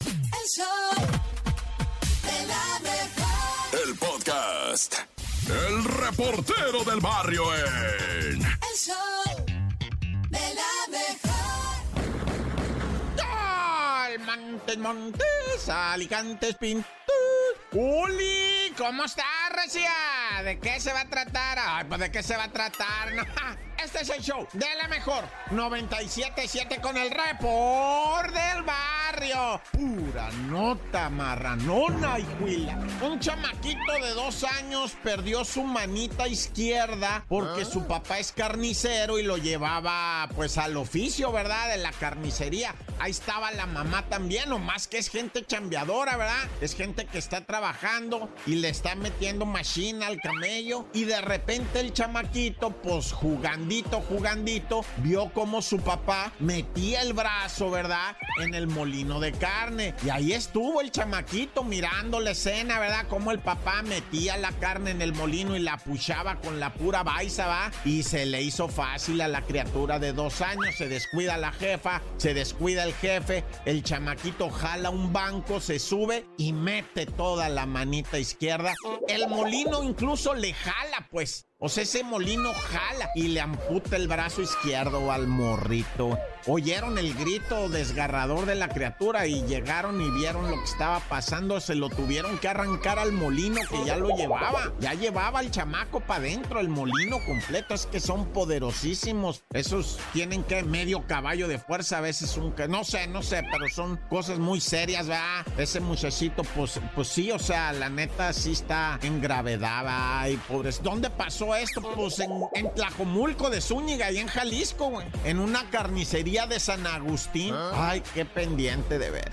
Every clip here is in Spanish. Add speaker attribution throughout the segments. Speaker 1: el show de la mejor.
Speaker 2: El podcast. El reportero del barrio en.
Speaker 1: El show de la mejor.
Speaker 3: Tal, Montes, Montes, Alicantes, Pintos. ¡Uli! ¿Cómo está, Recia? ¿De qué se va a tratar? Ay, pues de qué se va a tratar. No, ja. Este es el show de la mejor 97.7 con el report del barrio. Pura nota marranona y huila. Un chamaquito de dos años perdió su manita izquierda porque su papá es carnicero y lo llevaba pues al oficio, ¿verdad? De la carnicería. Ahí estaba la mamá también, nomás que es gente chambeadora, ¿verdad? Es gente que está trabajando y le está metiendo machina al camello. Y de repente el chamaquito, pues jugandito, jugandito, vio como su papá metía el brazo, ¿verdad? En el molino de carne. Y ahí estuvo el chamaquito mirando la escena, ¿verdad? Como el papá metía la carne en el molino y la puchaba con la pura baisa, ¿va? Y se le hizo fácil a la criatura de dos años. Se descuida la jefa, se descuida el jefe. El chamaquito jala un banco, se sube y mete toda la manita izquierda. El molino incluso le jala, pues. O sea, ese molino jala y le amputa el brazo izquierdo al morrito. Oyeron el grito desgarrador de la criatura y llegaron y vieron lo que estaba pasando. Se lo tuvieron que arrancar al molino que ya lo llevaba. Ya llevaba al chamaco para adentro, el molino completo. Es que son poderosísimos. Esos tienen que medio caballo de fuerza, a veces un que. No sé, no sé, pero son cosas muy serias, ¿verdad? Ese muchachito, pues, pues sí, o sea, la neta sí está en gravedad, ay, pobres. ¿Dónde pasó esto? Pues en, en Tlajomulco de Zúñiga y en Jalisco, güey. En una carnicería de San Agustín. Ay, qué pendiente de ver.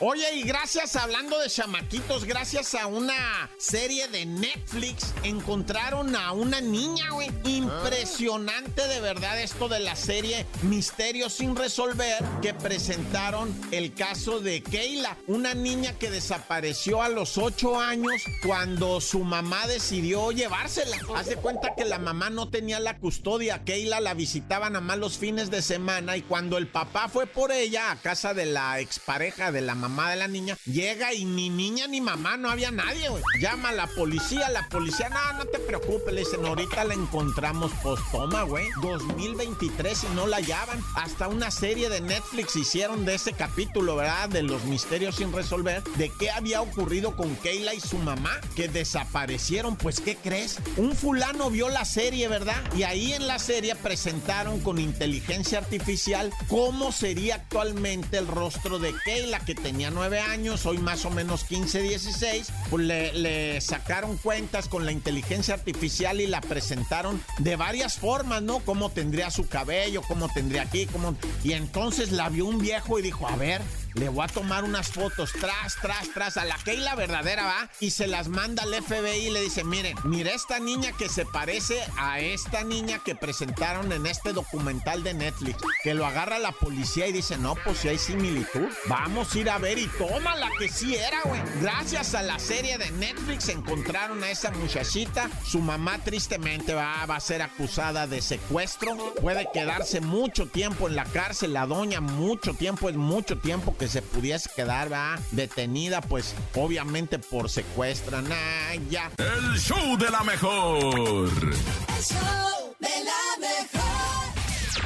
Speaker 3: Oye, y gracias, hablando de chamaquitos, gracias a una serie de Netflix, encontraron a una niña, güey. Impresionante de verdad esto de la serie Misterios sin resolver, que presentaron el caso de Keila, una niña que desapareció a los 8 años cuando su mamá decidió llevársela. Haz de cuenta que la mamá no tenía la custodia, Keila la visitaban a más los fines de semana y cuando el papá fue por ella a casa de la expareja de la mamá de la niña, llega y ni niña ni mamá, no había nadie, güey. Llama a la policía, la policía, no, no te preocupes, le dicen, ahorita la encontramos, pues toma, güey. 2023 y no la hallaban. Hasta una serie de Netflix hicieron de ese capítulo, ¿verdad? De los misterios sin resolver, de qué había ocurrido con Keila y su mamá, que desaparecieron. Pues, ¿qué crees? Un fulano vio la serie, ¿verdad? Y ahí en la serie presentaron con inteligencia artificial cómo sería actualmente el rostro de Keila, que tenía 9 años, hoy más o menos 15, 16. Pues le, le sacaron cuentas con la inteligencia artificial y la presentaron de varias formas, ¿no? Cómo tendría su cabello, cómo tendría aquí, cómo... Y entonces la vio un viejo y dijo, a ver, le voy a tomar unas fotos tras, tras, tras a la Keila verdadera, ¿va? Y se las manda al FBI y le dice, miren, mira esta niña que se parece a esta niña que presentaron en este documental de Netflix. Que lo agarra la policía y dice, no, pues si hay similitud, vamos a ir a ver y toma la que sí era, güey. Gracias a la serie de Netflix encontraron a esa muchachita. Su mamá tristemente va, va a ser acusada de secuestro. Puede quedarse mucho tiempo en la cárcel, la doña mucho tiempo, es mucho tiempo que se pudiese quedar ¿verdad? detenida, pues obviamente por secuestra. Nah, ya.
Speaker 2: El show de la mejor.
Speaker 1: El show de la mejor.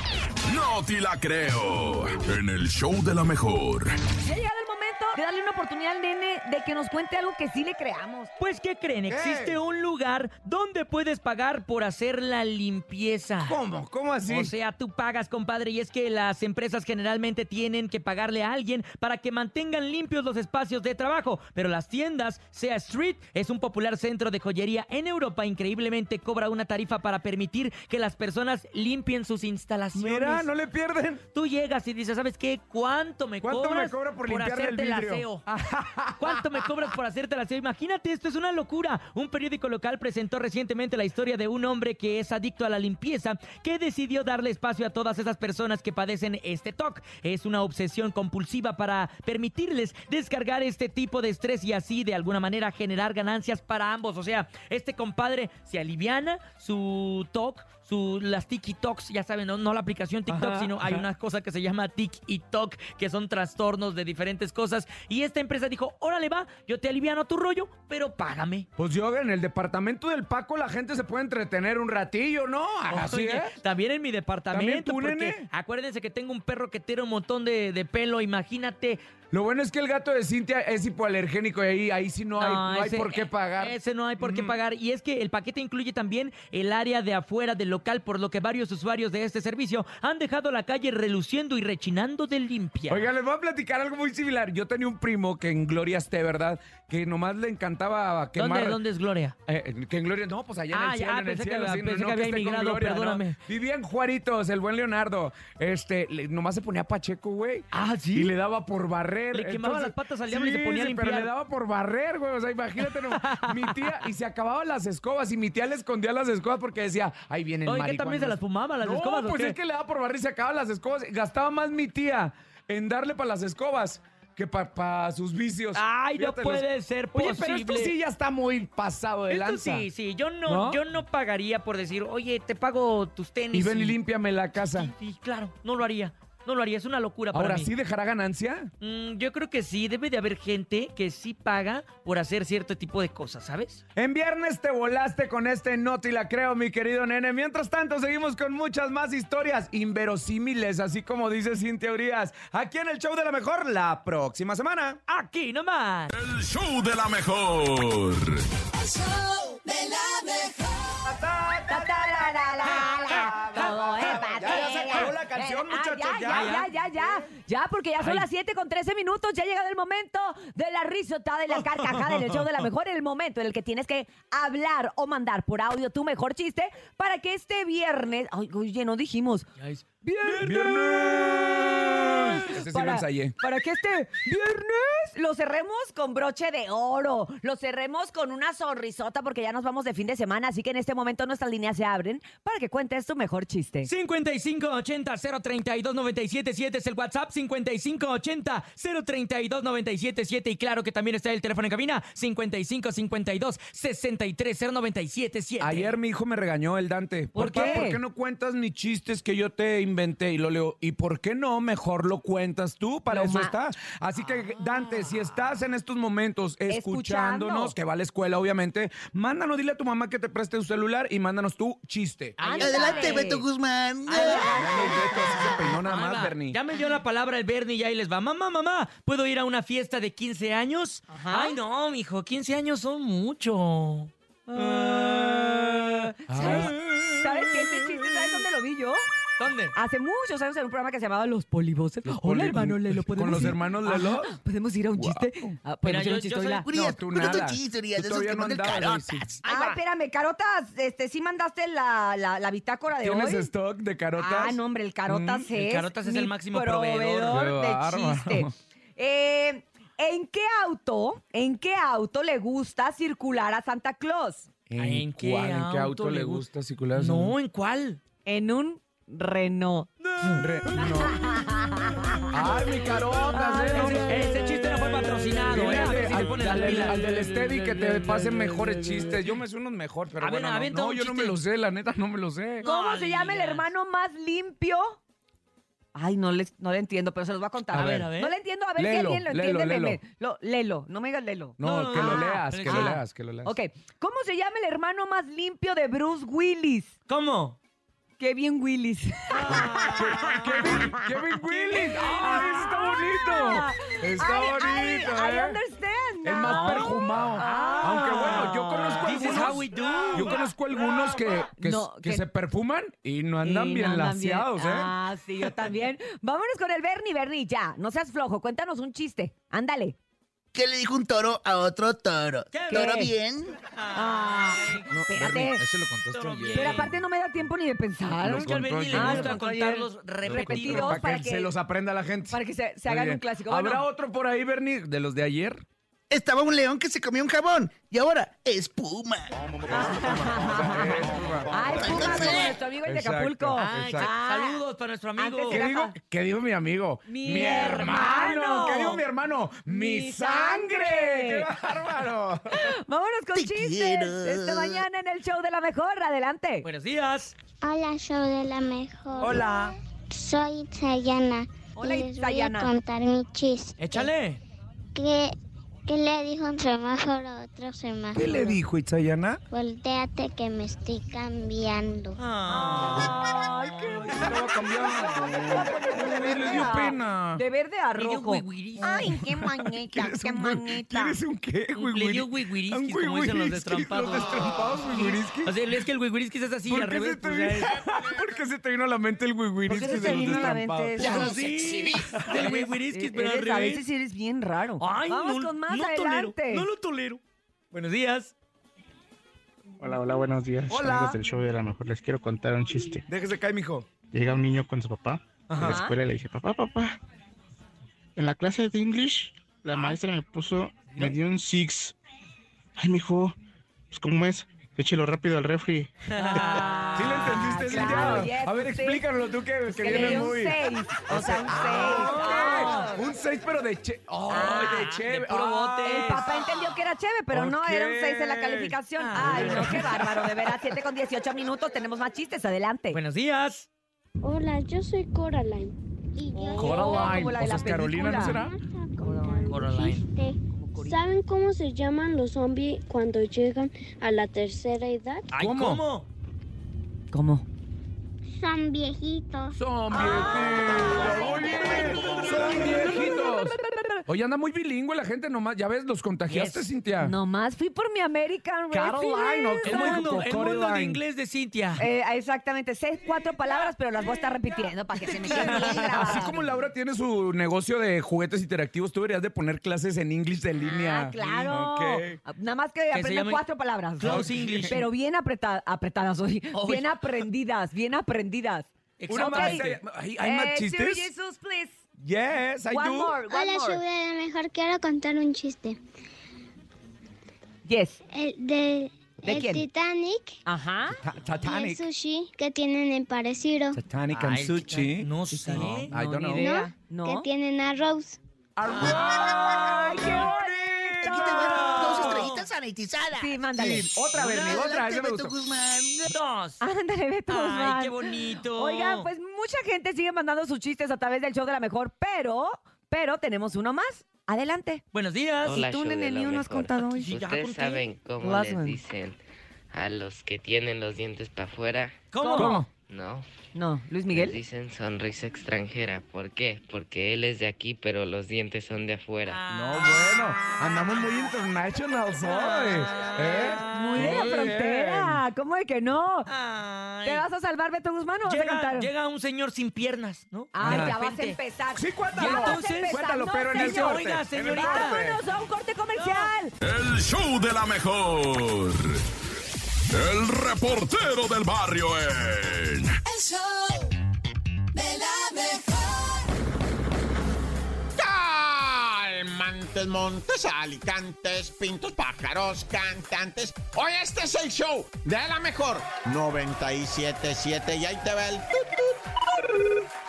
Speaker 2: No te la creo. En el show de la mejor.
Speaker 4: Ya ha llegado el momento de darle una oportunidad al nene de que nos cuente algo que sí le creamos.
Speaker 5: Pues, ¿qué creen? Existe un lugar donde puedes pagar por hacer la limpieza.
Speaker 6: ¿Cómo? ¿Cómo así?
Speaker 5: O sea, tú pagas, compadre, y es que las empresas generalmente tienen que pagarle a alguien para que mantengan limpios los espacios de trabajo. Pero las tiendas, sea Street, es un popular centro de joyería en Europa, increíblemente cobra una tarifa para permitir que las personas limpien sus instalaciones.
Speaker 6: Mira, no le pierden.
Speaker 5: Tú llegas y dices, ¿sabes qué? ¿Cuánto me
Speaker 6: ¿Cuánto
Speaker 5: cobras
Speaker 6: me cobra por limpiarle el
Speaker 5: hacerte el
Speaker 6: vidrio?
Speaker 5: aseo? ¿Cuánto me cobras por hacerte el aseo? Imagínate, esto es una locura. Un periódico local presentó recientemente la historia de un hombre que es adicto a la limpieza, que decidió darle espacio a todas esas personas que padecen este TOC. Es una obsesión compulsiva para permitirles descargar este tipo de estrés y así de alguna manera generar ganancias para ambos. O sea, este compadre se aliviana su TOC, su, las TikToks, ya saben, no, no la aplicación TikTok,
Speaker 6: Ajá,
Speaker 5: sino hay
Speaker 6: ajá.
Speaker 5: una cosa que se llama TikTok, que son trastornos de diferentes cosas. Y esta empresa dijo, órale va, yo te aliviano tu rollo, pero págame.
Speaker 6: Pues yo en el departamento del Paco la gente se puede entretener un ratillo, ¿no? Así ¿eh?
Speaker 5: Oye,
Speaker 6: es.
Speaker 5: También en mi
Speaker 6: Ah, También
Speaker 5: departamento.
Speaker 6: tú,
Speaker 5: porque
Speaker 6: nene.
Speaker 5: Acuérdense que tengo un perro que tiene un montón de, de pelo. Imagínate.
Speaker 6: Lo bueno es que el gato de Cintia es hipoalergénico y ahí, ahí sí no hay, no hay
Speaker 5: Ah, ese- e-,
Speaker 6: por qué pagar.
Speaker 5: Ese no hay por qué
Speaker 6: Mm.
Speaker 5: pagar. Y es que el paquete incluye también el área de afuera del local, por lo que varios usuarios de este servicio han dejado la calle reluciendo y rechinando de limpia.
Speaker 6: Oiga, les voy a platicar algo muy similar. Yo tenía un primo que en Gloria esté, ¿verdad? Que nomás le encantaba
Speaker 5: ¿Dónde,
Speaker 6: quemar.
Speaker 5: ¿Dónde es Gloria?
Speaker 6: Eh, que en Gloria, no, pues allá en
Speaker 5: Ah,
Speaker 6: el cielo,
Speaker 5: ya,
Speaker 6: en
Speaker 5: pensé
Speaker 6: el
Speaker 5: que
Speaker 6: cielo,
Speaker 5: había-
Speaker 6: sí,
Speaker 5: pensé
Speaker 6: no,
Speaker 5: que había
Speaker 6: esté con
Speaker 5: emigrado,
Speaker 6: ¿no?
Speaker 5: perdóname.
Speaker 6: Vivía en Juaritos, el buen Leonardo. Este, le- nomás se ponía Pacheco, güey.
Speaker 5: Ah,
Speaker 6: Y le daba por barrer.
Speaker 5: Le quemaba las patas al diablo y se
Speaker 6: sí,
Speaker 5: ponía a
Speaker 6: sí,
Speaker 5: limpiar.
Speaker 6: Pero le daba por barrer, güey. O sea, imagínate, no, mi tía, y se acababan las escobas, y mi tía le escondía las escobas porque decía, ahí viene el
Speaker 5: Oye, ¿qué también se las fumaba las
Speaker 6: no,
Speaker 5: escobas, o
Speaker 6: pues
Speaker 5: qué?
Speaker 6: es que le daba por barrer y se acababan las escobas. Gastaba más mi tía en darle para las escobas que para sus vicios.
Speaker 5: Ay, no
Speaker 6: Fíjate, los-
Speaker 5: puede ser
Speaker 6: Oye,
Speaker 5: posible.
Speaker 6: pero esto sí ya está muy pasado de
Speaker 5: Esto
Speaker 6: lanza.
Speaker 5: sí, sí, yo no,
Speaker 6: ¿No?
Speaker 5: yo no pagaría por decir, oye, te pago tus tenis.
Speaker 6: Y ven y límpiame la casa.
Speaker 5: Y, claro, no lo haría. No lo haría, es una locura para
Speaker 6: Ahora
Speaker 5: mí.
Speaker 6: sí dejará ganancia.
Speaker 5: Mm, yo creo que sí, debe de haber gente que sí paga por hacer cierto tipo de cosas, ¿sabes?
Speaker 6: En viernes te volaste con este no te la creo, mi querido nene. Mientras tanto, seguimos con muchas más historias inverosímiles, así como dice Cintia Urias, aquí en el show de la mejor la próxima semana.
Speaker 5: Aquí nomás.
Speaker 2: El show de la mejor.
Speaker 1: El show de la mejor.
Speaker 4: Ta, ta, la, la, la, la, todo es
Speaker 6: Ya, ya se
Speaker 4: patela.
Speaker 6: acabó la canción,
Speaker 4: Ah,
Speaker 6: muchachos,
Speaker 4: Ya, ya,
Speaker 6: ya,
Speaker 4: ya, ya, ya. Ya, porque ya son
Speaker 5: Ay.
Speaker 4: las 7 con 13 minutos. Ya ha llegado el momento de la risota, de la carcajada en el show de la mejor. El momento en el que tienes que hablar o mandar por audio tu mejor chiste para que este viernes. Ay, oye, no dijimos. ¡Viernes!
Speaker 6: Ese sí lo
Speaker 4: para,
Speaker 6: ensayé.
Speaker 4: para que este viernes lo cerremos con broche de oro, lo cerremos con una sonrisota porque ya nos vamos de fin de semana, así que en este momento nuestras líneas se abren para que cuentes tu mejor chiste.
Speaker 5: 5580-032-977 es el WhatsApp, 5580-032-977 y claro que también está el teléfono en cabina, 5552-630977.
Speaker 6: Ayer mi hijo me regañó el Dante.
Speaker 4: ¿Por
Speaker 6: "Papá,
Speaker 4: qué?
Speaker 6: ¿Por qué no cuentas mis chistes que yo te inventé? Y lo leo, ¿y por qué no? Mejor lo cuentas tú, para
Speaker 4: Lo
Speaker 6: eso
Speaker 4: ma-
Speaker 6: está. Así que, Dante, si estás en estos momentos escuchándonos,
Speaker 4: Escuchando.
Speaker 6: que va a la escuela, obviamente, mándanos, dile a tu mamá que te preste un celular y mándanos tu chiste.
Speaker 4: Ándale.
Speaker 7: Guzmán.
Speaker 6: Ándale, Beto, así se peinó nada
Speaker 5: Ahí
Speaker 6: más,
Speaker 5: va.
Speaker 6: Bernie.
Speaker 5: Ya me dio la palabra el Bernie y ahí les va. Mamá, mamá, ¿puedo ir a una fiesta de 15 años?
Speaker 4: Ajá.
Speaker 5: Ay, no, mijo, 15 años son mucho. Ah.
Speaker 4: ¿Sabes, ¿Sabes qué? Este chiste, ¿sabes dónde lo vi yo?
Speaker 5: ¿Dónde?
Speaker 4: Hace muchos años en un programa que se llamaba Los Polivoces.
Speaker 6: Los
Speaker 4: Hola,
Speaker 6: poli-
Speaker 4: hermano Lelo.
Speaker 6: ¿Con
Speaker 4: ¿podemos
Speaker 6: los
Speaker 4: ir?
Speaker 6: hermanos Lelo?
Speaker 4: Ajá, ¿Podemos ir a un chiste? Ah, ¿Podemos
Speaker 5: Mira,
Speaker 4: ir a
Speaker 5: yo-
Speaker 4: un chiste?
Speaker 5: yo soy-
Speaker 4: Hola.
Speaker 7: Urias,
Speaker 6: tú
Speaker 7: cuenta tu
Speaker 6: nada.
Speaker 7: chiste, Urias,
Speaker 6: Tú
Speaker 7: de esos
Speaker 6: todavía
Speaker 7: que
Speaker 6: no
Speaker 7: mandan
Speaker 6: andabas,
Speaker 7: carotas.
Speaker 6: Luis, sí.
Speaker 5: Ahí
Speaker 4: Ay,
Speaker 5: va.
Speaker 4: espérame, Carotas, este, sí mandaste la, la, la bitácora de
Speaker 6: ¿Tienes
Speaker 4: hoy.
Speaker 6: stock de carotas?
Speaker 4: Ah, no, hombre, el Carotas
Speaker 6: Mm,
Speaker 4: es.
Speaker 5: el Carotas es el
Speaker 4: mi
Speaker 5: máximo proveedor.
Speaker 6: Qué bárbaro.
Speaker 4: de chiste. Eh, ¿En qué auto, en qué auto le gusta circular a Santa Claus?
Speaker 5: ¿En qué
Speaker 6: cuál- ¿En qué auto
Speaker 5: auto
Speaker 6: le
Speaker 5: le gu-
Speaker 6: gusta circular?
Speaker 5: No, ¿en cuál?
Speaker 4: En un Renault.
Speaker 6: Re- no. Ay, mi carota,
Speaker 4: Ay,
Speaker 5: Ese, ese chiste no fue patrocinado, ¿eh? A ver si se
Speaker 6: al,
Speaker 5: ponen las
Speaker 6: al-
Speaker 5: pilas.
Speaker 6: al del Steady que te pasen mejores chistes. Yo me sé unos mejor, pero
Speaker 5: A ver,
Speaker 6: bueno, no.
Speaker 5: avienta
Speaker 6: no,
Speaker 5: un
Speaker 6: yo no me
Speaker 5: chiste.
Speaker 6: lo sé, la neta no me lo sé.
Speaker 5: No
Speaker 4: ¿Cómo se llama el
Speaker 5: digas.
Speaker 4: hermano más limpio? Ay, no, les, no le entiendo, pero se los voy a contar.
Speaker 5: A ver, a ver.
Speaker 4: No le entiendo, a ver si
Speaker 6: Lelo,
Speaker 4: alguien lo
Speaker 6: lelo,
Speaker 4: entiende.
Speaker 6: lelo.
Speaker 4: meme. Lo- lelo, no me digas lelo.
Speaker 6: No,
Speaker 5: No,
Speaker 6: que lo
Speaker 4: ah,
Speaker 6: leas, que lo
Speaker 5: ah,
Speaker 6: leas, que lo leas.
Speaker 4: Ok, ¿cómo se llama el hermano más limpio de Bruce Willis?
Speaker 5: ¿Cómo?
Speaker 4: Qué bien Willis.
Speaker 6: Kevin, Kevin Willis. ¡Ay, ese está
Speaker 4: Ah.
Speaker 6: bonito! Está
Speaker 4: I- I-
Speaker 6: bonito,
Speaker 5: ah,
Speaker 4: I,
Speaker 6: ¿eh?
Speaker 4: understand.
Speaker 6: El
Speaker 4: now. Ah.
Speaker 6: más perfumado. Aunque bueno, yo conozco
Speaker 5: This is
Speaker 6: algunos-
Speaker 5: how we do.
Speaker 6: Yo conozco algunos que, que,
Speaker 4: No,
Speaker 6: que
Speaker 4: que-
Speaker 6: se perfuman y no
Speaker 4: Sí,
Speaker 6: andan
Speaker 4: no
Speaker 6: bien
Speaker 4: andan bien.
Speaker 6: laseados, ¿eh?
Speaker 4: Ah, sí, yo también. Vámonos con el Bernie, Bernie, ya. No seas flojo, cuéntanos un chiste. Ándale.
Speaker 7: ¿Qué le dijo un toro a otro toro?
Speaker 5: ¿Qué?
Speaker 7: ¿Toro bien?
Speaker 4: Ay,
Speaker 6: No, Bernie,
Speaker 4: Ah, espérate.
Speaker 6: ese lo contaste
Speaker 5: Pero
Speaker 6: ayer.
Speaker 5: bien.
Speaker 4: Pero aparte no me da tiempo ni de pensar.
Speaker 6: Los
Speaker 5: Es que al Bernie le
Speaker 6: control,
Speaker 5: gusta
Speaker 4: ¿no?
Speaker 5: contarlos
Speaker 4: Repetidos.
Speaker 5: repetidos.
Speaker 6: Para,
Speaker 4: para
Speaker 6: que,
Speaker 4: que-
Speaker 6: se los aprenda la gente.
Speaker 4: Para que se, se
Speaker 6: Muy
Speaker 4: hagan
Speaker 6: bien.
Speaker 4: un clásico.
Speaker 6: ¿Habrá
Speaker 4: Bueno,
Speaker 6: otro por ahí, Bernie, de los de ayer?
Speaker 7: Estaba un león que se comió un jabón y ahora espuma.
Speaker 4: Ay, Puma,
Speaker 7: Entonces-
Speaker 4: como nuestro amigo el de
Speaker 6: Exacto.
Speaker 4: Acapulco.
Speaker 5: Ay,
Speaker 6: Exacto.
Speaker 4: Ah.
Speaker 5: saludos para nuestro amigo.
Speaker 4: Antes
Speaker 6: ¿Qué
Speaker 4: era-
Speaker 6: digo? ¿Qué dijo mi amigo?
Speaker 4: Mi hermano.
Speaker 6: ¿Qué dijo mi hermano? ¡Mi
Speaker 4: Mi
Speaker 6: sangre!
Speaker 4: sangre.
Speaker 6: ¡Qué bárbaro!
Speaker 4: Vámonos con
Speaker 7: Te
Speaker 4: chistes.
Speaker 7: quiero.
Speaker 4: Esta mañana en el show de la mejor. Adelante.
Speaker 5: Buenos días.
Speaker 8: Hola, show de la mejor.
Speaker 6: Hola.
Speaker 8: Soy Itzayana.
Speaker 4: Hola,
Speaker 8: y les
Speaker 4: Itzayana.
Speaker 8: voy a contar mi chiste.
Speaker 5: Échale.
Speaker 8: ¿Qué, qué le dijo un semáforo a otro semáforo?
Speaker 6: ¿Qué le dijo Itzayana?
Speaker 8: Voltéate que me estoy cambiando.
Speaker 4: Ah. Ay, qué
Speaker 6: Le dio pena.
Speaker 4: De verde
Speaker 5: Ah,
Speaker 4: a rojo. Ay, qué manita,
Speaker 6: ¿Quieres
Speaker 4: qué
Speaker 6: un, güey-
Speaker 4: manita.
Speaker 6: ¿Quieres un qué, güey?
Speaker 5: Le dio güigüirisquis, como dicen los destrampados.
Speaker 6: Los destrampados, güigüirisquis.
Speaker 5: O sea, es que el güigüirisquis es así,
Speaker 6: ¿Por,
Speaker 5: al
Speaker 6: qué
Speaker 5: revés.
Speaker 6: se te
Speaker 5: pues, ya
Speaker 6: vino,
Speaker 5: es-
Speaker 6: ¿Por qué se te vino a la mente el
Speaker 4: ¿Por qué
Speaker 6: güigüirisquis
Speaker 4: se
Speaker 6: de
Speaker 4: te
Speaker 6: los
Speaker 4: vino a la
Speaker 6: destrampados?
Speaker 4: mente eso?
Speaker 5: Sí, el güigüirisquis, pero al
Speaker 4: Eres- a veces
Speaker 5: revés.
Speaker 4: sí eres bien raro.
Speaker 5: Ay,
Speaker 4: Vamos
Speaker 5: no,
Speaker 4: con más
Speaker 5: no tolero,
Speaker 4: adelante.
Speaker 5: no lo tolero. Buenos días.
Speaker 9: Hola, hola, buenos días.
Speaker 6: Hola.
Speaker 9: Amigos del show de la mejor les quiero contar un chiste.
Speaker 6: Déjese caer, mijo.
Speaker 9: Llega un niño con su papá a la
Speaker 4: Ajá.
Speaker 9: escuela y le dice, papá, papá, en la clase de English la maestra me puso, me dio un six. Ay, mijo, pues cómo es, échelo rápido al refri.
Speaker 4: Ah,
Speaker 6: ¿Sí lo entendiste, Cintia?
Speaker 4: yes,
Speaker 6: a ver,
Speaker 4: sí.
Speaker 6: explícanoslo tú que, que
Speaker 4: Que le
Speaker 6: vienes
Speaker 4: dio un
Speaker 6: muy...
Speaker 4: 6. O sea, un 6.
Speaker 6: Ah, ok. Un 6, pero de che. Oh, de cheve. Ah,
Speaker 5: de puro bote.
Speaker 4: El papá entendió que era chévere, pero no era un 6 en la
Speaker 6: Ok.
Speaker 4: calificación.
Speaker 5: Ah.
Speaker 4: Ay, no, qué bárbaro. De veras, 7 con 18 minutos. Tenemos más chistes. Adelante.
Speaker 5: Buenos días.
Speaker 8: Hola, yo soy Coraline. Y yo
Speaker 4: Coraline,
Speaker 6: Coraline.
Speaker 4: como la de
Speaker 6: O sea,
Speaker 4: la
Speaker 6: es Carolina, ¿no
Speaker 4: película.
Speaker 6: será?
Speaker 5: Coraline.
Speaker 8: ¿Saben cómo se llaman los zombies cuando llegan a la tercera edad?
Speaker 5: Ay,
Speaker 6: ¿Cómo?
Speaker 5: ¿cómo?
Speaker 4: ¿Cómo?
Speaker 8: Son viejitos.
Speaker 6: Son viejitos. Oye, son viejitos. Oye, anda muy bilingüe la gente nomás. Ya ves, los contagiaste,
Speaker 5: Yes.
Speaker 6: Cintia.
Speaker 4: Nomás fui por mi American
Speaker 6: Caroline,
Speaker 4: Reference.
Speaker 6: ¿o
Speaker 5: El
Speaker 6: ¿Cómo
Speaker 5: mundo,
Speaker 6: dijo
Speaker 5: el mundo de
Speaker 6: Coraline?
Speaker 5: inglés de Cintia.
Speaker 4: Eh, exactamente, seis, cuatro palabras, pero las voy a estar repitiendo para que se me quede bien grabadas.
Speaker 6: Así como Laura tiene su negocio de juguetes interactivos, tú deberías de poner clases en inglés de línea.
Speaker 4: Ah, claro.
Speaker 6: Ok.
Speaker 4: Nada más que,
Speaker 5: se
Speaker 4: aprenda
Speaker 5: llame
Speaker 4: cuatro palabras. ¿no?
Speaker 5: Close English.
Speaker 4: Pero bien apreta- apretadas hoy.
Speaker 5: Hoy.
Speaker 4: Bien aprendidas, bien aprendidas.
Speaker 6: Una más.
Speaker 5: Exactamente.
Speaker 6: ¿Hay, hay más
Speaker 4: Eh, Sir
Speaker 6: chistes?
Speaker 4: Jesus, please.
Speaker 6: Yes, I
Speaker 4: One
Speaker 6: do.
Speaker 4: more, one
Speaker 8: Hola,
Speaker 4: more.
Speaker 8: show de la mejor. Quiero contar un chiste.
Speaker 4: Yes.
Speaker 8: El, de,
Speaker 4: ¿De
Speaker 8: el
Speaker 4: quién?
Speaker 8: Titanic
Speaker 4: Ajá.
Speaker 6: Ta-
Speaker 8: y el
Speaker 6: Titanic.
Speaker 8: sushi que tienen en parecido.
Speaker 6: Titanic and
Speaker 5: Ay,
Speaker 6: sushi.
Speaker 5: No sé.
Speaker 6: I don't
Speaker 4: ni
Speaker 6: know.
Speaker 4: idea.
Speaker 8: Que
Speaker 4: No.
Speaker 8: tienen a Rose.
Speaker 6: ¡Ay,
Speaker 4: qué
Speaker 6: bonito!
Speaker 7: Aquí te van dos estrellitas sanitizadas.
Speaker 4: Sí, mándale.
Speaker 6: Otra vez, mi, otra vez.
Speaker 7: Adelante,
Speaker 6: ese me
Speaker 7: Beto
Speaker 6: gustó.
Speaker 7: Guzmán.
Speaker 5: Dos.
Speaker 4: Ándale, Beto
Speaker 5: Ay,
Speaker 4: Guzmán.
Speaker 5: qué bonito.
Speaker 4: Oigan, pues mucha gente sigue mandando sus chistes a través del show de la mejor, pero, pero tenemos uno más. Adelante.
Speaker 5: Buenos días.
Speaker 10: Hola,
Speaker 4: Y tú,
Speaker 10: show de
Speaker 4: Nene,
Speaker 10: la
Speaker 4: ni uno has
Speaker 10: mejor.
Speaker 4: contado hoy.
Speaker 5: Sí, ya
Speaker 10: Ustedes
Speaker 5: conté.
Speaker 10: saben cómo
Speaker 4: Last one.
Speaker 10: les dicen a los que tienen los dientes para afuera,
Speaker 5: ¿Cómo?
Speaker 6: ¿Cómo?
Speaker 10: ¿no?
Speaker 4: No, Luis
Speaker 10: Les
Speaker 4: Miguel.
Speaker 10: dicen sonrisa extranjera. ¿Por qué? Porque él es de aquí, pero los dientes son de afuera.
Speaker 6: No, bueno. Andamos muy internationals hoy. ¿eh?
Speaker 4: Ah. Muy de la
Speaker 6: bien.
Speaker 4: frontera. ¿Cómo de que no?
Speaker 5: Ay.
Speaker 4: ¿Te vas a salvar, Beto Guzmán, o vas a
Speaker 5: llega,
Speaker 4: cantar?
Speaker 5: llega un señor sin piernas, ¿no?
Speaker 4: Ay,
Speaker 5: De
Speaker 4: ya vas a
Speaker 5: repente.
Speaker 4: empezar.
Speaker 6: Sí, cuéntalo.
Speaker 5: Y entonces-
Speaker 6: cuéntalo, pero en el
Speaker 5: señor.
Speaker 6: corte.
Speaker 5: Oiga,
Speaker 6: en el
Speaker 5: señorita.
Speaker 6: corte.
Speaker 4: ¡Vámonos a un corte comercial!
Speaker 2: El show de la mejor. El reportero del barrio en
Speaker 1: El show de la mejor.
Speaker 3: Calmantes, montes, alicantes, pintos, pájaros, cantantes. Hoy este es el show de la mejor 977 y ahí te va el tut, tut.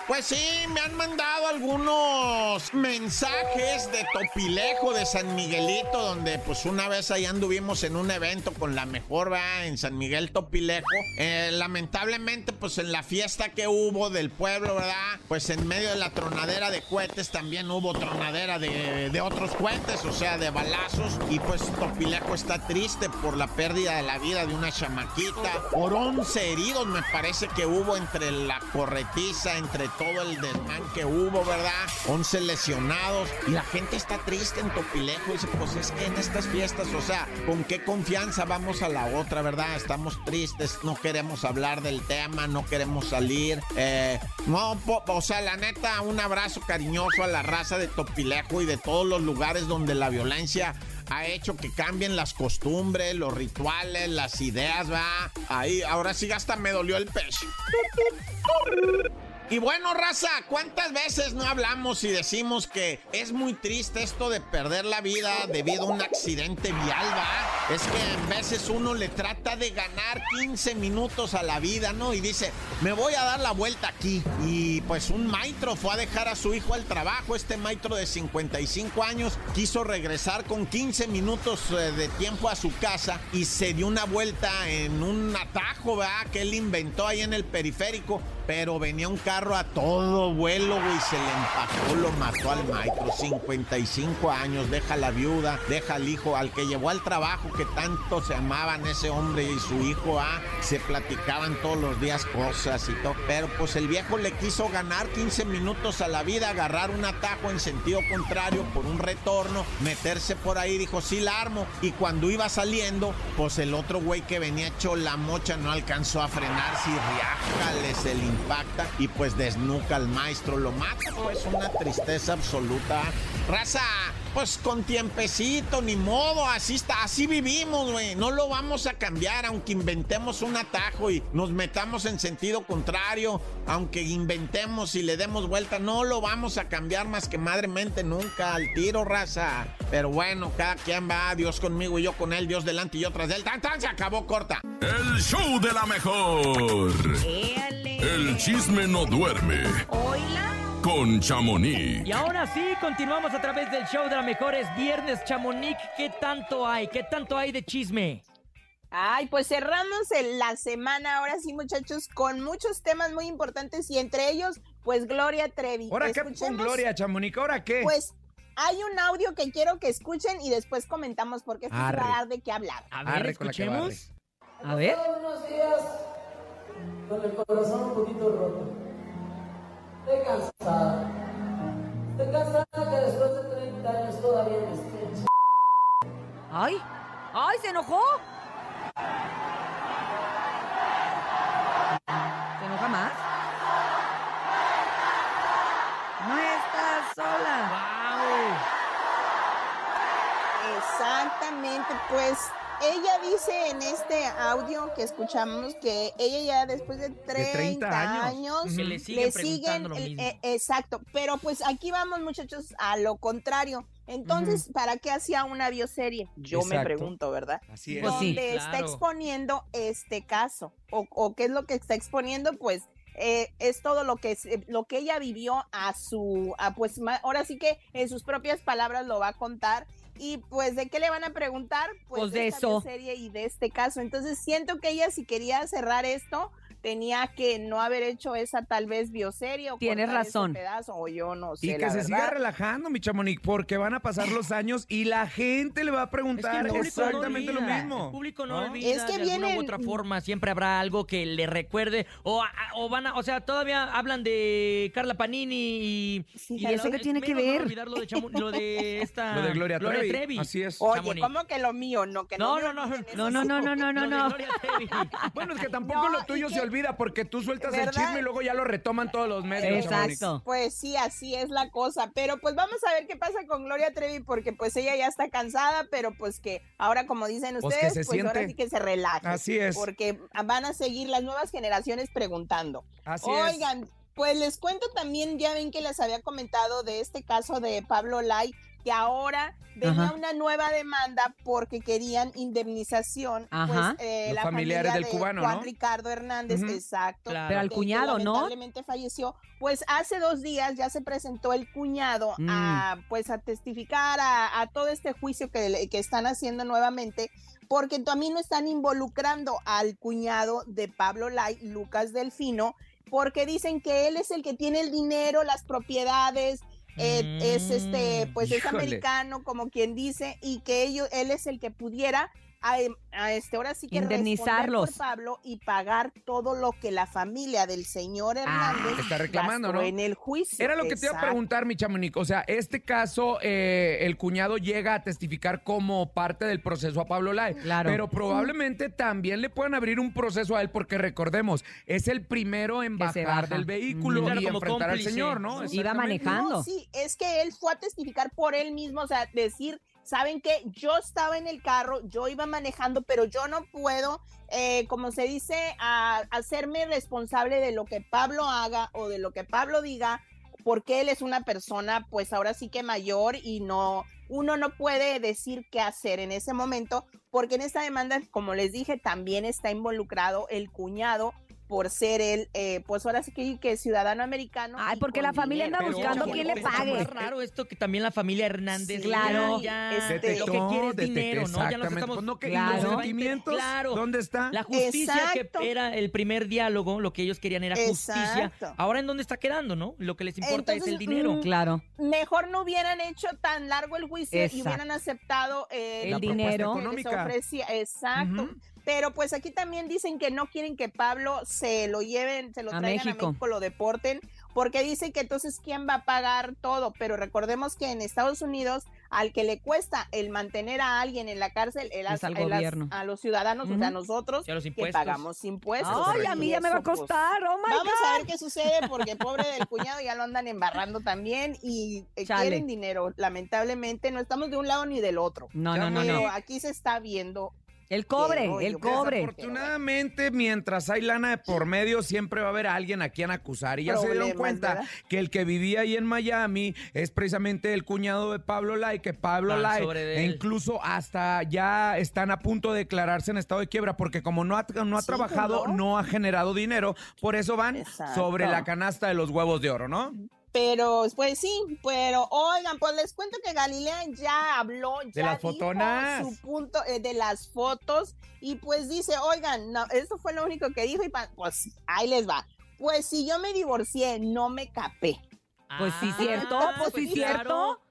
Speaker 3: Pues sí, me han mandado algunos mensajes de Topilejo, de San Miguelito, donde pues una vez ahí anduvimos en un evento con la mejor, va, en San Miguel Topilejo. Eh, lamentablemente, pues en la fiesta que hubo del pueblo, ¿verdad? Pues en medio de la tronadera de cohetes también hubo tronadera de, de otros cohetes, o sea, de balazos. Y pues Topilejo está triste por la pérdida de la vida de una chamaquita. Por 11 heridos me parece que hubo entre la corretiza, entre todo el desmán que hubo, ¿verdad? 11 lesionados. Y la gente está triste en Topilejo. Dice, pues es que en estas fiestas, o sea, ¿con qué confianza vamos a la otra, verdad? Estamos tristes, no queremos hablar del tema, no queremos salir. Eh, no, po- o sea, la neta, un abrazo cariñoso a la raza de Topilejo y de todos los lugares donde la violencia ha hecho que cambien las costumbres, los rituales, las ideas, va. Ahí, ahora sí hasta me dolió el pecho. Y bueno, raza, ¿cuántas veces no hablamos y decimos que es muy triste esto de perder la vida debido a un accidente vial, va? Es que en veces uno le trata de ganar 15 minutos a la vida, ¿no? Y dice, me voy a dar la vuelta aquí. Y pues un maestro fue a dejar a su hijo al trabajo. Este maestro de 55 años quiso regresar con 15 minutos eh, de tiempo a su casa y se dio una vuelta en un atajo, ¿verdad? Que él inventó ahí en el periférico. Pero venía un carro a todo vuelo, güey, se le empajó, lo mató al maestro. 55 años, deja la viuda, deja al hijo, al que llevó al trabajo, que tanto se amaban ese hombre y su hijo, ah, se platicaban todos los días cosas y todo. Pero pues el viejo le quiso ganar 15 minutos a la vida, agarrar un atajo en sentido contrario por un retorno, meterse por ahí, dijo, sí, la armo. Y cuando iba saliendo, pues el otro güey que venía hecho la mocha no alcanzó a frenarse y riájale, se le impacta y pues desnuca al maestro, lo mata, pues una tristeza absoluta. Raza, pues con tiempecito, ni modo, así está, así vivimos, güey. No lo vamos a cambiar, aunque inventemos un atajo y nos metamos en sentido contrario, aunque inventemos y le demos vuelta, no lo vamos a cambiar más que madremente nunca al tiro, raza. Pero bueno, cada quien va, Dios conmigo y yo con él, Dios delante y yo tras de él. Tan, tan, se acabó corta.
Speaker 2: El show de la mejor. El chisme no duerme. Con Chamonix.
Speaker 5: Y ahora sí, continuamos a través del show de la mejor. Es viernes, Chamonix. ¿Qué tanto hay? ¿Qué tanto hay de chisme?
Speaker 11: Ay, pues cerramos el- la semana ahora sí, muchachos, con muchos temas muy importantes y entre ellos, pues Gloria Trevi.
Speaker 6: ¿Ahora qué con
Speaker 11: Escuchemos,
Speaker 6: Gloria, Chamonica? ¿Ahora qué?
Speaker 11: Pues hay un audio que quiero que escuchen y después comentamos porque esto sí va
Speaker 6: Arre.
Speaker 11: a dar de qué hablar.
Speaker 5: A ver,
Speaker 6: Ah, Arre con la que
Speaker 5: escuchemos. A ver.
Speaker 12: unos días con el corazón un poquito roto. Estoy cansada. Estoy cansada que después de 30 años todavía me estén ch-
Speaker 4: ¡Ay! ¡Ay, se enojó! ¿Se enoja más? No estás sola.
Speaker 11: Exactamente, pues ella dice en este audio que escuchamos que ella ya después de 30,
Speaker 6: 30 años.
Speaker 11: años,
Speaker 6: Que le siguen preguntando lo
Speaker 11: el-
Speaker 6: mismo.
Speaker 11: eh, exacto, pero pues aquí vamos muchachos a lo contrario. Entonces, ¿para qué hacía una bioserie? Yo me
Speaker 6: Exacto.
Speaker 11: pregunto, ¿verdad?
Speaker 6: Así es.
Speaker 11: Donde
Speaker 6: Sí,
Speaker 11: está
Speaker 6: claro.
Speaker 11: exponiendo este caso o, o qué es lo que está exponiendo, pues eh, es todo lo que se- lo que ella vivió a su, a, pues ma- ahora sí que en sus propias palabras lo va a contar y pues de qué le van a preguntar, pues,
Speaker 4: Pues, de
Speaker 11: esta
Speaker 4: eso.
Speaker 11: serie y de este caso. Entonces siento que ella si quería cerrar esto tenía que no haber hecho esa tal vez bioserie o
Speaker 4: Tienes
Speaker 11: cortar ese
Speaker 4: razón.
Speaker 11: pedazo, o yo no sé
Speaker 6: Y que
Speaker 11: la
Speaker 6: se siga
Speaker 11: verdad.
Speaker 6: relajando, mi Chamonix, porque van a pasar los años y la gente le va a preguntar
Speaker 5: el público no
Speaker 6: exactamente lo
Speaker 5: olvida, El
Speaker 6: mismo.
Speaker 5: público no
Speaker 6: ¿No?
Speaker 5: olvida.
Speaker 11: Es que
Speaker 5: de alguna
Speaker 11: vienen-
Speaker 5: u otra forma siempre habrá algo que le recuerde o, a- o van a, o sea, todavía hablan de Carla Panini y
Speaker 11: Sí,
Speaker 5: y
Speaker 11: ¿y
Speaker 5: de
Speaker 4: eso
Speaker 5: la-
Speaker 4: qué tiene que
Speaker 5: menos van a
Speaker 4: ver?
Speaker 5: olvidar lo de, Chamu- lo de esta
Speaker 6: Lo de Gloria, Trevi. Así es.
Speaker 11: Oye,
Speaker 5: Chamonix.
Speaker 11: ¿cómo que lo mío? No, que
Speaker 5: No,
Speaker 11: no. me
Speaker 5: no, no,
Speaker 11: olviden
Speaker 4: No,
Speaker 11: eso.
Speaker 4: no, no, no, no, no,
Speaker 5: Lo de
Speaker 4: no.
Speaker 5: Gloria Trevi.
Speaker 6: Bueno, es que tampoco
Speaker 11: No,
Speaker 6: lo tuyo
Speaker 11: y
Speaker 6: se
Speaker 11: que-
Speaker 6: olvida porque tú sueltas el
Speaker 11: ¿Verdad?
Speaker 6: chisme y luego ya lo retoman todos los meses. Chamonix.
Speaker 4: Exacto.
Speaker 11: Pues sí, así es la cosa. Pero pues vamos a ver qué pasa con Gloria Trevi, porque pues ella ya está cansada, pero pues que ahora, como dicen
Speaker 6: Pues que
Speaker 11: ustedes,
Speaker 6: se
Speaker 11: pues, ahora
Speaker 6: siente.
Speaker 11: sí que se relaje.
Speaker 6: Así es.
Speaker 11: Porque van a seguir las nuevas generaciones preguntando.
Speaker 6: Así es.
Speaker 11: Oigan, pues les cuento también, ya ven que les había comentado de este caso de Pablo Lai, que ahora venía
Speaker 4: Ajá.
Speaker 11: una nueva demanda porque querían indemnización.
Speaker 4: Ajá.
Speaker 11: Pues, eh,
Speaker 6: Los
Speaker 11: la
Speaker 6: familiares
Speaker 11: familia
Speaker 6: del
Speaker 11: de
Speaker 6: cubano,
Speaker 11: Juan
Speaker 6: ¿no?
Speaker 11: Ricardo Hernández,
Speaker 6: Ujú.
Speaker 11: exacto.
Speaker 5: Claro.
Speaker 4: Pero al
Speaker 11: que
Speaker 4: cuñado, ¿no?
Speaker 11: Lamentablemente falleció. Pues hace dos días ya se presentó el cuñado a,
Speaker 4: Mm.
Speaker 11: pues, a testificar a, a todo este juicio que, le- que están haciendo nuevamente porque también no están involucrando al cuñado de Pablo Lai, Lucas Delfino, porque dicen que él es el que tiene el dinero, las propiedades, eh,
Speaker 5: Mm,
Speaker 11: es este, pues es
Speaker 6: híjole.
Speaker 11: americano, como quien dice, y que ellos, él es el que pudiera a, a este ahora sí que responder
Speaker 4: Indemnizarlos.
Speaker 11: por Pablo y pagar todo lo que la familia del señor Hernández
Speaker 6: Ah, Está reclamando,
Speaker 11: gastó
Speaker 6: ¿no?
Speaker 11: en el juicio.
Speaker 6: Era lo que te iba a
Speaker 11: Exacto.
Speaker 6: preguntar, mi Chamonix. O sea, este caso, eh, el cuñado llega a testificar como parte del proceso a Pablo Lai.
Speaker 4: Claro.
Speaker 6: Pero probablemente también le puedan abrir un proceso a él, porque recordemos, es el primero en
Speaker 4: Que se
Speaker 6: bajar
Speaker 4: baja.
Speaker 6: del vehículo
Speaker 5: Mm. Claro,
Speaker 6: y
Speaker 5: como
Speaker 6: enfrentar al
Speaker 5: cómplice.
Speaker 6: señor, ¿no?
Speaker 4: Iba
Speaker 6: Exactamente.
Speaker 4: manejando.
Speaker 11: No, sí, es que él fue a testificar por él mismo, o sea, decir ¿Saben qué? Yo estaba en el carro, yo iba manejando, pero yo no puedo, eh, como se dice, a- hacerme responsable de lo que Pablo haga o de lo que Pablo diga, porque él es una persona, pues ahora sí que mayor y no, uno no puede decir qué hacer en ese momento, porque en esta demanda, como les dije, también está involucrado el cuñado por ser él, eh, pues ahora sí que, que ciudadano americano. Ay,
Speaker 4: porque la familia anda buscando quién le pague.
Speaker 5: Es Pues raro esto que también la familia Hernández.
Speaker 4: Sí, claro. Este,
Speaker 5: Ya, ya,
Speaker 6: Detectó,
Speaker 5: lo que quiere es
Speaker 6: detectó,
Speaker 5: dinero, ¿no? Ya nos
Speaker 6: exactamente.
Speaker 5: estamos.
Speaker 6: Pues no, que- ¿y los
Speaker 5: Claro.
Speaker 6: sentimientos?
Speaker 5: Claro.
Speaker 6: ¿Dónde está?
Speaker 5: La justicia
Speaker 11: Exacto.
Speaker 5: que era el primer diálogo, lo que ellos querían era justicia.
Speaker 11: Exacto.
Speaker 5: Ahora en dónde está quedando, ¿no? Lo que les importa es
Speaker 11: Entonces,
Speaker 5: el dinero.
Speaker 11: mm,
Speaker 4: Claro.
Speaker 11: Mejor no hubieran hecho tan largo el juicio y
Speaker 5: Exacto.
Speaker 11: hubieran aceptado eh,
Speaker 5: El
Speaker 11: la propuesta
Speaker 5: dinero.
Speaker 11: que les
Speaker 5: Económica.
Speaker 11: ofrecía. Exacto. Pero pues aquí también dicen que no quieren que Pablo se lo lleven, se lo
Speaker 4: A
Speaker 11: traigan
Speaker 4: México.
Speaker 11: a México, lo deporten, porque dicen que entonces quién va a pagar todo. Pero recordemos que en Estados Unidos al que le cuesta el mantener a alguien en la cárcel él
Speaker 4: Es
Speaker 11: hace-
Speaker 4: al
Speaker 11: él hace-
Speaker 4: gobierno.
Speaker 11: a los ciudadanos, o sea, a
Speaker 4: Ujú.
Speaker 11: nosotros
Speaker 4: Sí, a los
Speaker 11: que
Speaker 4: impuestos.
Speaker 11: pagamos impuestos.
Speaker 4: Ay, a mí
Speaker 11: Y
Speaker 4: ya me va a
Speaker 11: eso, pues,
Speaker 4: costar. Oh my
Speaker 11: Vamos a ver
Speaker 4: God.
Speaker 11: qué sucede porque pobre del cuñado ya lo andan embarrando también y eh,
Speaker 4: Chale.
Speaker 11: quieren dinero. Lamentablemente no estamos de un lado ni del otro.
Speaker 4: No, no, no,
Speaker 11: Pero
Speaker 4: no.
Speaker 11: aquí se está viendo.
Speaker 4: El cobre,
Speaker 11: rollo,
Speaker 4: el
Speaker 11: pues,
Speaker 4: cobre.
Speaker 6: Afortunadamente, mientras hay lana de por medio, siempre va a haber alguien a quien acusar. Y ya se dieron
Speaker 11: Problemas,
Speaker 6: cuenta
Speaker 11: ¿verdad?
Speaker 6: que el que vivía ahí en Miami es precisamente el cuñado de Pablo Lai, que Pablo
Speaker 5: Van
Speaker 6: Lai,
Speaker 5: sobre de
Speaker 6: e
Speaker 5: él.
Speaker 6: incluso hasta ya están a punto de declararse en estado de quiebra, porque como no ha, no ha
Speaker 11: Sí,
Speaker 6: trabajado,
Speaker 11: ¿cómo?
Speaker 6: no ha generado dinero, por eso van
Speaker 11: Exacto.
Speaker 6: sobre la canasta de los huevos de oro, ¿no?
Speaker 11: Pero, pues sí, pero oigan, pues les cuento que Galilea ya habló, ya
Speaker 6: las
Speaker 11: dijo
Speaker 6: fotonas.
Speaker 11: su punto eh, de las fotos y pues dice, oigan, no, esto fue lo único que dijo y pa- pues ahí les va. Pues si yo me divorcié, no me capé.
Speaker 4: Pues sí,
Speaker 5: Ah,
Speaker 4: cierto, pues sí,
Speaker 5: claro.
Speaker 4: cierto.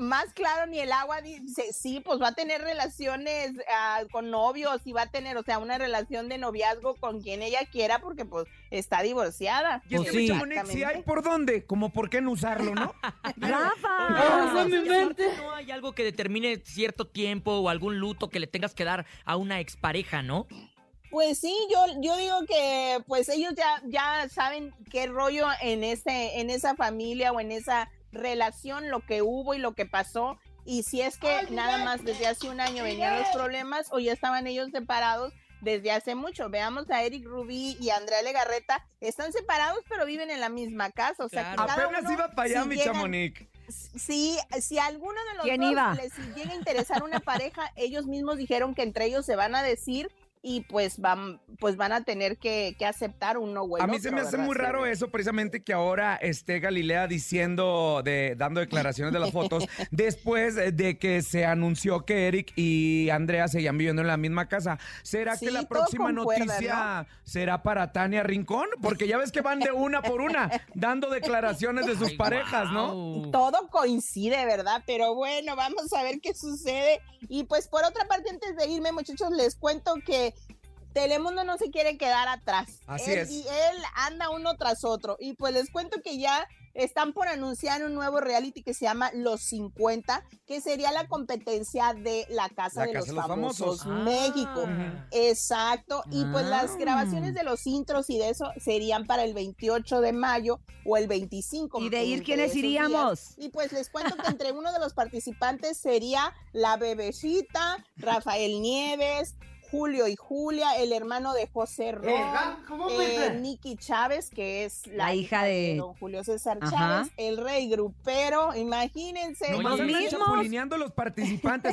Speaker 11: más claro ni el agua dice, sí, pues va a tener relaciones ah, con novios y va a tener, o sea, una relación de noviazgo con quien ella quiera porque pues está divorciada.
Speaker 6: Y es
Speaker 4: Pues
Speaker 6: que, mi
Speaker 4: sí.
Speaker 6: Chamonix, si hay por dónde, como por qué no usarlo, ¿no?
Speaker 5: Ah,
Speaker 11: Ah,
Speaker 4: Rafa.
Speaker 5: Oye, ¿y aparte no hay algo que determine cierto tiempo o algún luto que le tengas que dar a una expareja, ¿no?
Speaker 11: Pues sí, yo, yo digo que pues ellos ya, ya saben qué rollo en, ese, en esa familia o en esa relación, lo que hubo y lo que pasó. Y si es que nada más desde hace un año venían los problemas o ya estaban ellos separados desde hace mucho. Veamos a Eric Rubí y Andrea Legarreta, están separados pero viven en la misma casa. O sea, que
Speaker 5: Claro.
Speaker 11: cada
Speaker 6: Apenas
Speaker 11: uno,
Speaker 6: iba para allá,
Speaker 11: si
Speaker 6: mi
Speaker 11: llegan-
Speaker 6: Chamonix.
Speaker 11: si, si a alguno de los
Speaker 4: ¿Quién
Speaker 11: dos
Speaker 4: iba?
Speaker 11: les llega a interesar una pareja, ellos mismos dijeron que entre ellos se van a decir y pues van, pues van a tener que, que aceptar uno o el
Speaker 6: A mí se
Speaker 11: otro,
Speaker 6: me hace
Speaker 11: ¿verdad?
Speaker 6: muy raro
Speaker 11: Sí.
Speaker 6: eso, precisamente que ahora esté Galilea diciendo, de, dando declaraciones de las fotos, después de que se anunció que Eric y Andrea seguían viviendo en la misma casa. ¿Será
Speaker 11: Sí,
Speaker 6: que la
Speaker 11: todo
Speaker 6: próxima
Speaker 11: concuerda,
Speaker 6: noticia será para Tania Rincón? Porque ya ves que van de una por una, dando declaraciones de sus
Speaker 5: Ay,
Speaker 6: parejas, ¿no?
Speaker 5: guau.
Speaker 11: Todo coincide, ¿verdad? Pero bueno, vamos a ver qué sucede. Y pues por otra parte, antes de irme, muchachos, les cuento que Telemundo no se quiere quedar atrás.
Speaker 6: Así
Speaker 11: él,
Speaker 6: es.
Speaker 11: Y él anda uno tras otro. Y pues les cuento que ya están por anunciar un nuevo reality que se llama Los 50, que sería la competencia de La Casa,
Speaker 6: La
Speaker 11: de,
Speaker 6: Casa
Speaker 11: los
Speaker 6: de los
Speaker 11: Famosos,
Speaker 5: Famosos.
Speaker 11: México.
Speaker 5: Ah.
Speaker 11: Exacto. Y pues
Speaker 4: Ah.
Speaker 11: las grabaciones de los intros y de eso serían para el 28 de mayo o el 25.
Speaker 4: ¿Y de ir
Speaker 11: entre
Speaker 4: quiénes
Speaker 11: esos días.
Speaker 4: iríamos?
Speaker 11: Y pues les cuento que entre uno de los participantes sería la bebecita, Rafael Nieves, Julio y Julia, el hermano de José Ron,
Speaker 13: ah,
Speaker 14: ah,
Speaker 11: eh, Nicky Chávez, que es la,
Speaker 4: La hija de-
Speaker 11: don Julio César
Speaker 4: Ajá.
Speaker 11: Chávez, el rey grupero, imagínense.
Speaker 5: No,
Speaker 4: Pues
Speaker 6: Nomás
Speaker 5: Los
Speaker 6: andan
Speaker 4: mismos.
Speaker 6: chapulineando los participantes.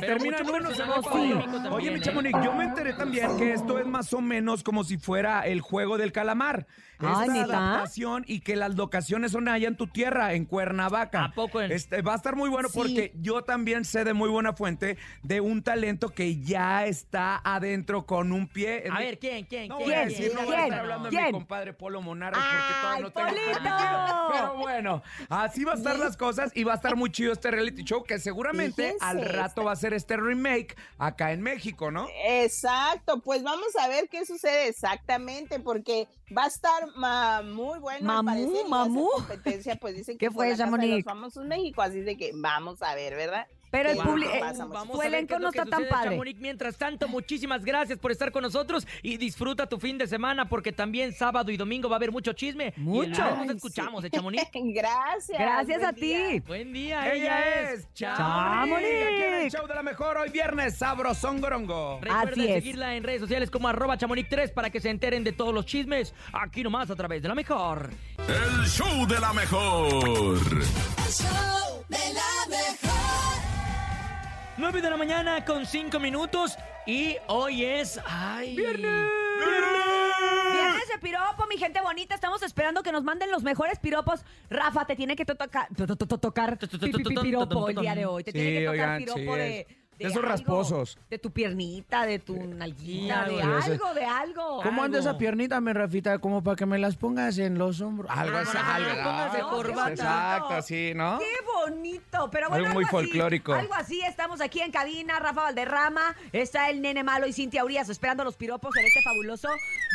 Speaker 5: Pero
Speaker 6: Terminan
Speaker 5: mucho
Speaker 6: uno, se
Speaker 5: personal
Speaker 6: va para otro.
Speaker 5: económico también,
Speaker 6: Oye, mi
Speaker 5: ¿eh?
Speaker 6: Chamonix, yo me enteré también que esto es más o menos como si fuera el juego del calamar.
Speaker 4: Ah,
Speaker 6: Esta
Speaker 4: ¿neta?
Speaker 6: adaptación y que las locaciones son allá en tu tierra, en Cuernavaca.
Speaker 5: ¿A poco en-
Speaker 6: Este, va a estar muy bueno
Speaker 11: Sí.
Speaker 6: porque yo también sé de muy buena fuente de un talento que ya está adentro con un pie.
Speaker 5: A ver, ¿quién? ¿Quién?
Speaker 6: No
Speaker 5: quién,
Speaker 6: voy a
Speaker 4: ¿Quién?
Speaker 6: decir, no voy a
Speaker 4: ¿Quién?
Speaker 6: estar hablando de mi
Speaker 4: ¿Quién?
Speaker 6: compadre Polo Monarres porque todavía
Speaker 4: ¡Ay,
Speaker 6: no tengo
Speaker 4: Polito!
Speaker 6: permitido. Pero bueno, así va a estar las cosas y va a estar muy chido este reality show que seguramente
Speaker 11: Fíjense,
Speaker 6: al rato va a ser este remake acá en México, ¿no?
Speaker 11: Exacto, pues vamos a ver qué sucede exactamente, porque va a estar ma- muy bueno. al
Speaker 4: Mamú,
Speaker 11: parecer, y va a ser
Speaker 4: mamú.
Speaker 11: competencia, pues dicen
Speaker 4: ¿Qué
Speaker 11: que
Speaker 4: fue,
Speaker 11: la Casa de los
Speaker 4: Chamonix?
Speaker 11: famosos México, así de que vamos a ver, ¿verdad?
Speaker 4: Pero el
Speaker 5: Wow.
Speaker 4: público, eh,
Speaker 5: Vamos a ver
Speaker 4: su elenco
Speaker 5: qué es
Speaker 4: no
Speaker 5: lo que
Speaker 4: está tan
Speaker 5: sucede en
Speaker 4: padre.
Speaker 5: Chamonix. Mientras tanto, muchísimas gracias por estar con nosotros y disfruta tu fin de semana porque también sábado y domingo va a haber mucho chisme. Y el lunes
Speaker 4: Mucho. Ay,
Speaker 5: nos
Speaker 4: sí.
Speaker 5: escuchamos de Chamonix.
Speaker 11: Gracias.
Speaker 4: Gracias a ti.
Speaker 5: Buen día,
Speaker 6: Ella es Chamonix. Aquí en el
Speaker 5: Chamonix.
Speaker 6: show de la mejor hoy viernes, sabrosón gorongo.
Speaker 5: Recuerden seguirla en redes sociales como arroba chamonix3 para que se enteren de todos los chismes aquí nomás a través de la mejor.
Speaker 2: El show de la mejor.
Speaker 1: El show de la mejor.
Speaker 5: 9 de la mañana con 5 minutos y hoy es... ¡Ay! ¡Viernes!
Speaker 4: Viernes de piropo, mi gente bonita. Estamos esperando que nos manden los mejores piropos. Rafa, te tiene que to- toca- to- to- to- tocar pi- pi- pi- piropo el día de hoy. Te
Speaker 6: Sí,
Speaker 4: tiene que tocar
Speaker 6: oigan,
Speaker 4: piropo
Speaker 6: sí,
Speaker 4: de.
Speaker 6: es-
Speaker 4: de
Speaker 6: de esos
Speaker 4: algo,
Speaker 6: rasposos.
Speaker 4: De tu piernita, de tu nalguita,
Speaker 6: Sí,
Speaker 4: de
Speaker 6: algo de
Speaker 4: algo, de algo.
Speaker 7: ¿Cómo anda esa piernita, mi Rafita? Como para que me las pongas en los hombros.
Speaker 6: Algo es algo.
Speaker 4: póngase
Speaker 6: ¿no?
Speaker 4: corbata.
Speaker 6: Exacto, sí, ¿no?
Speaker 4: ¡Qué bonito! Pero bueno,
Speaker 6: ¿Ah? Algo muy
Speaker 4: así,
Speaker 6: folclórico.
Speaker 4: algo así, estamos aquí en cabina, Rafa Valderrama, está el nene malo y Cintia Urias esperando los piropos en este fabuloso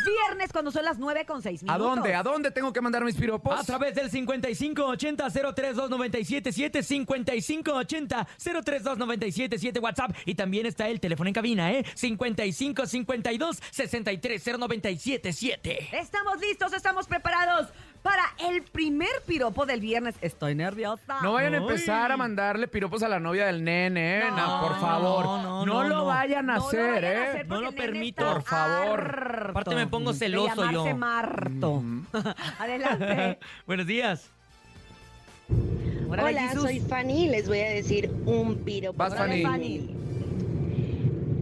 Speaker 4: viernes cuando son las 9 con 6
Speaker 6: ¿A
Speaker 4: minutos.
Speaker 6: dónde? ¿A dónde tengo que mandar mis piropos?
Speaker 5: A través del 5580-032977, 5580-032977, WhatsApp. Y también está el teléfono en cabina, ¿eh? 5552-630977.
Speaker 4: Estamos listos, estamos preparados para el primer piropo del viernes. Estoy nerviosa.
Speaker 6: No vayan a empezar a mandarle piropos a la novia del nene, ¿eh? No, por favor. No, lo vayan a
Speaker 4: No lo
Speaker 6: hacer,
Speaker 4: vayan a
Speaker 6: ¿eh?
Speaker 4: hacer porque
Speaker 5: lo
Speaker 4: el nene
Speaker 5: permito.
Speaker 4: está
Speaker 5: Por
Speaker 6: favor. Mm.
Speaker 5: Aparte me pongo
Speaker 4: de
Speaker 5: celoso
Speaker 4: llamarse
Speaker 5: yo.
Speaker 4: Marto. Adelante.
Speaker 5: Buenos días.
Speaker 15: Hola, soy Fanny y les voy a decir un piropo.
Speaker 6: Vas, Fanny.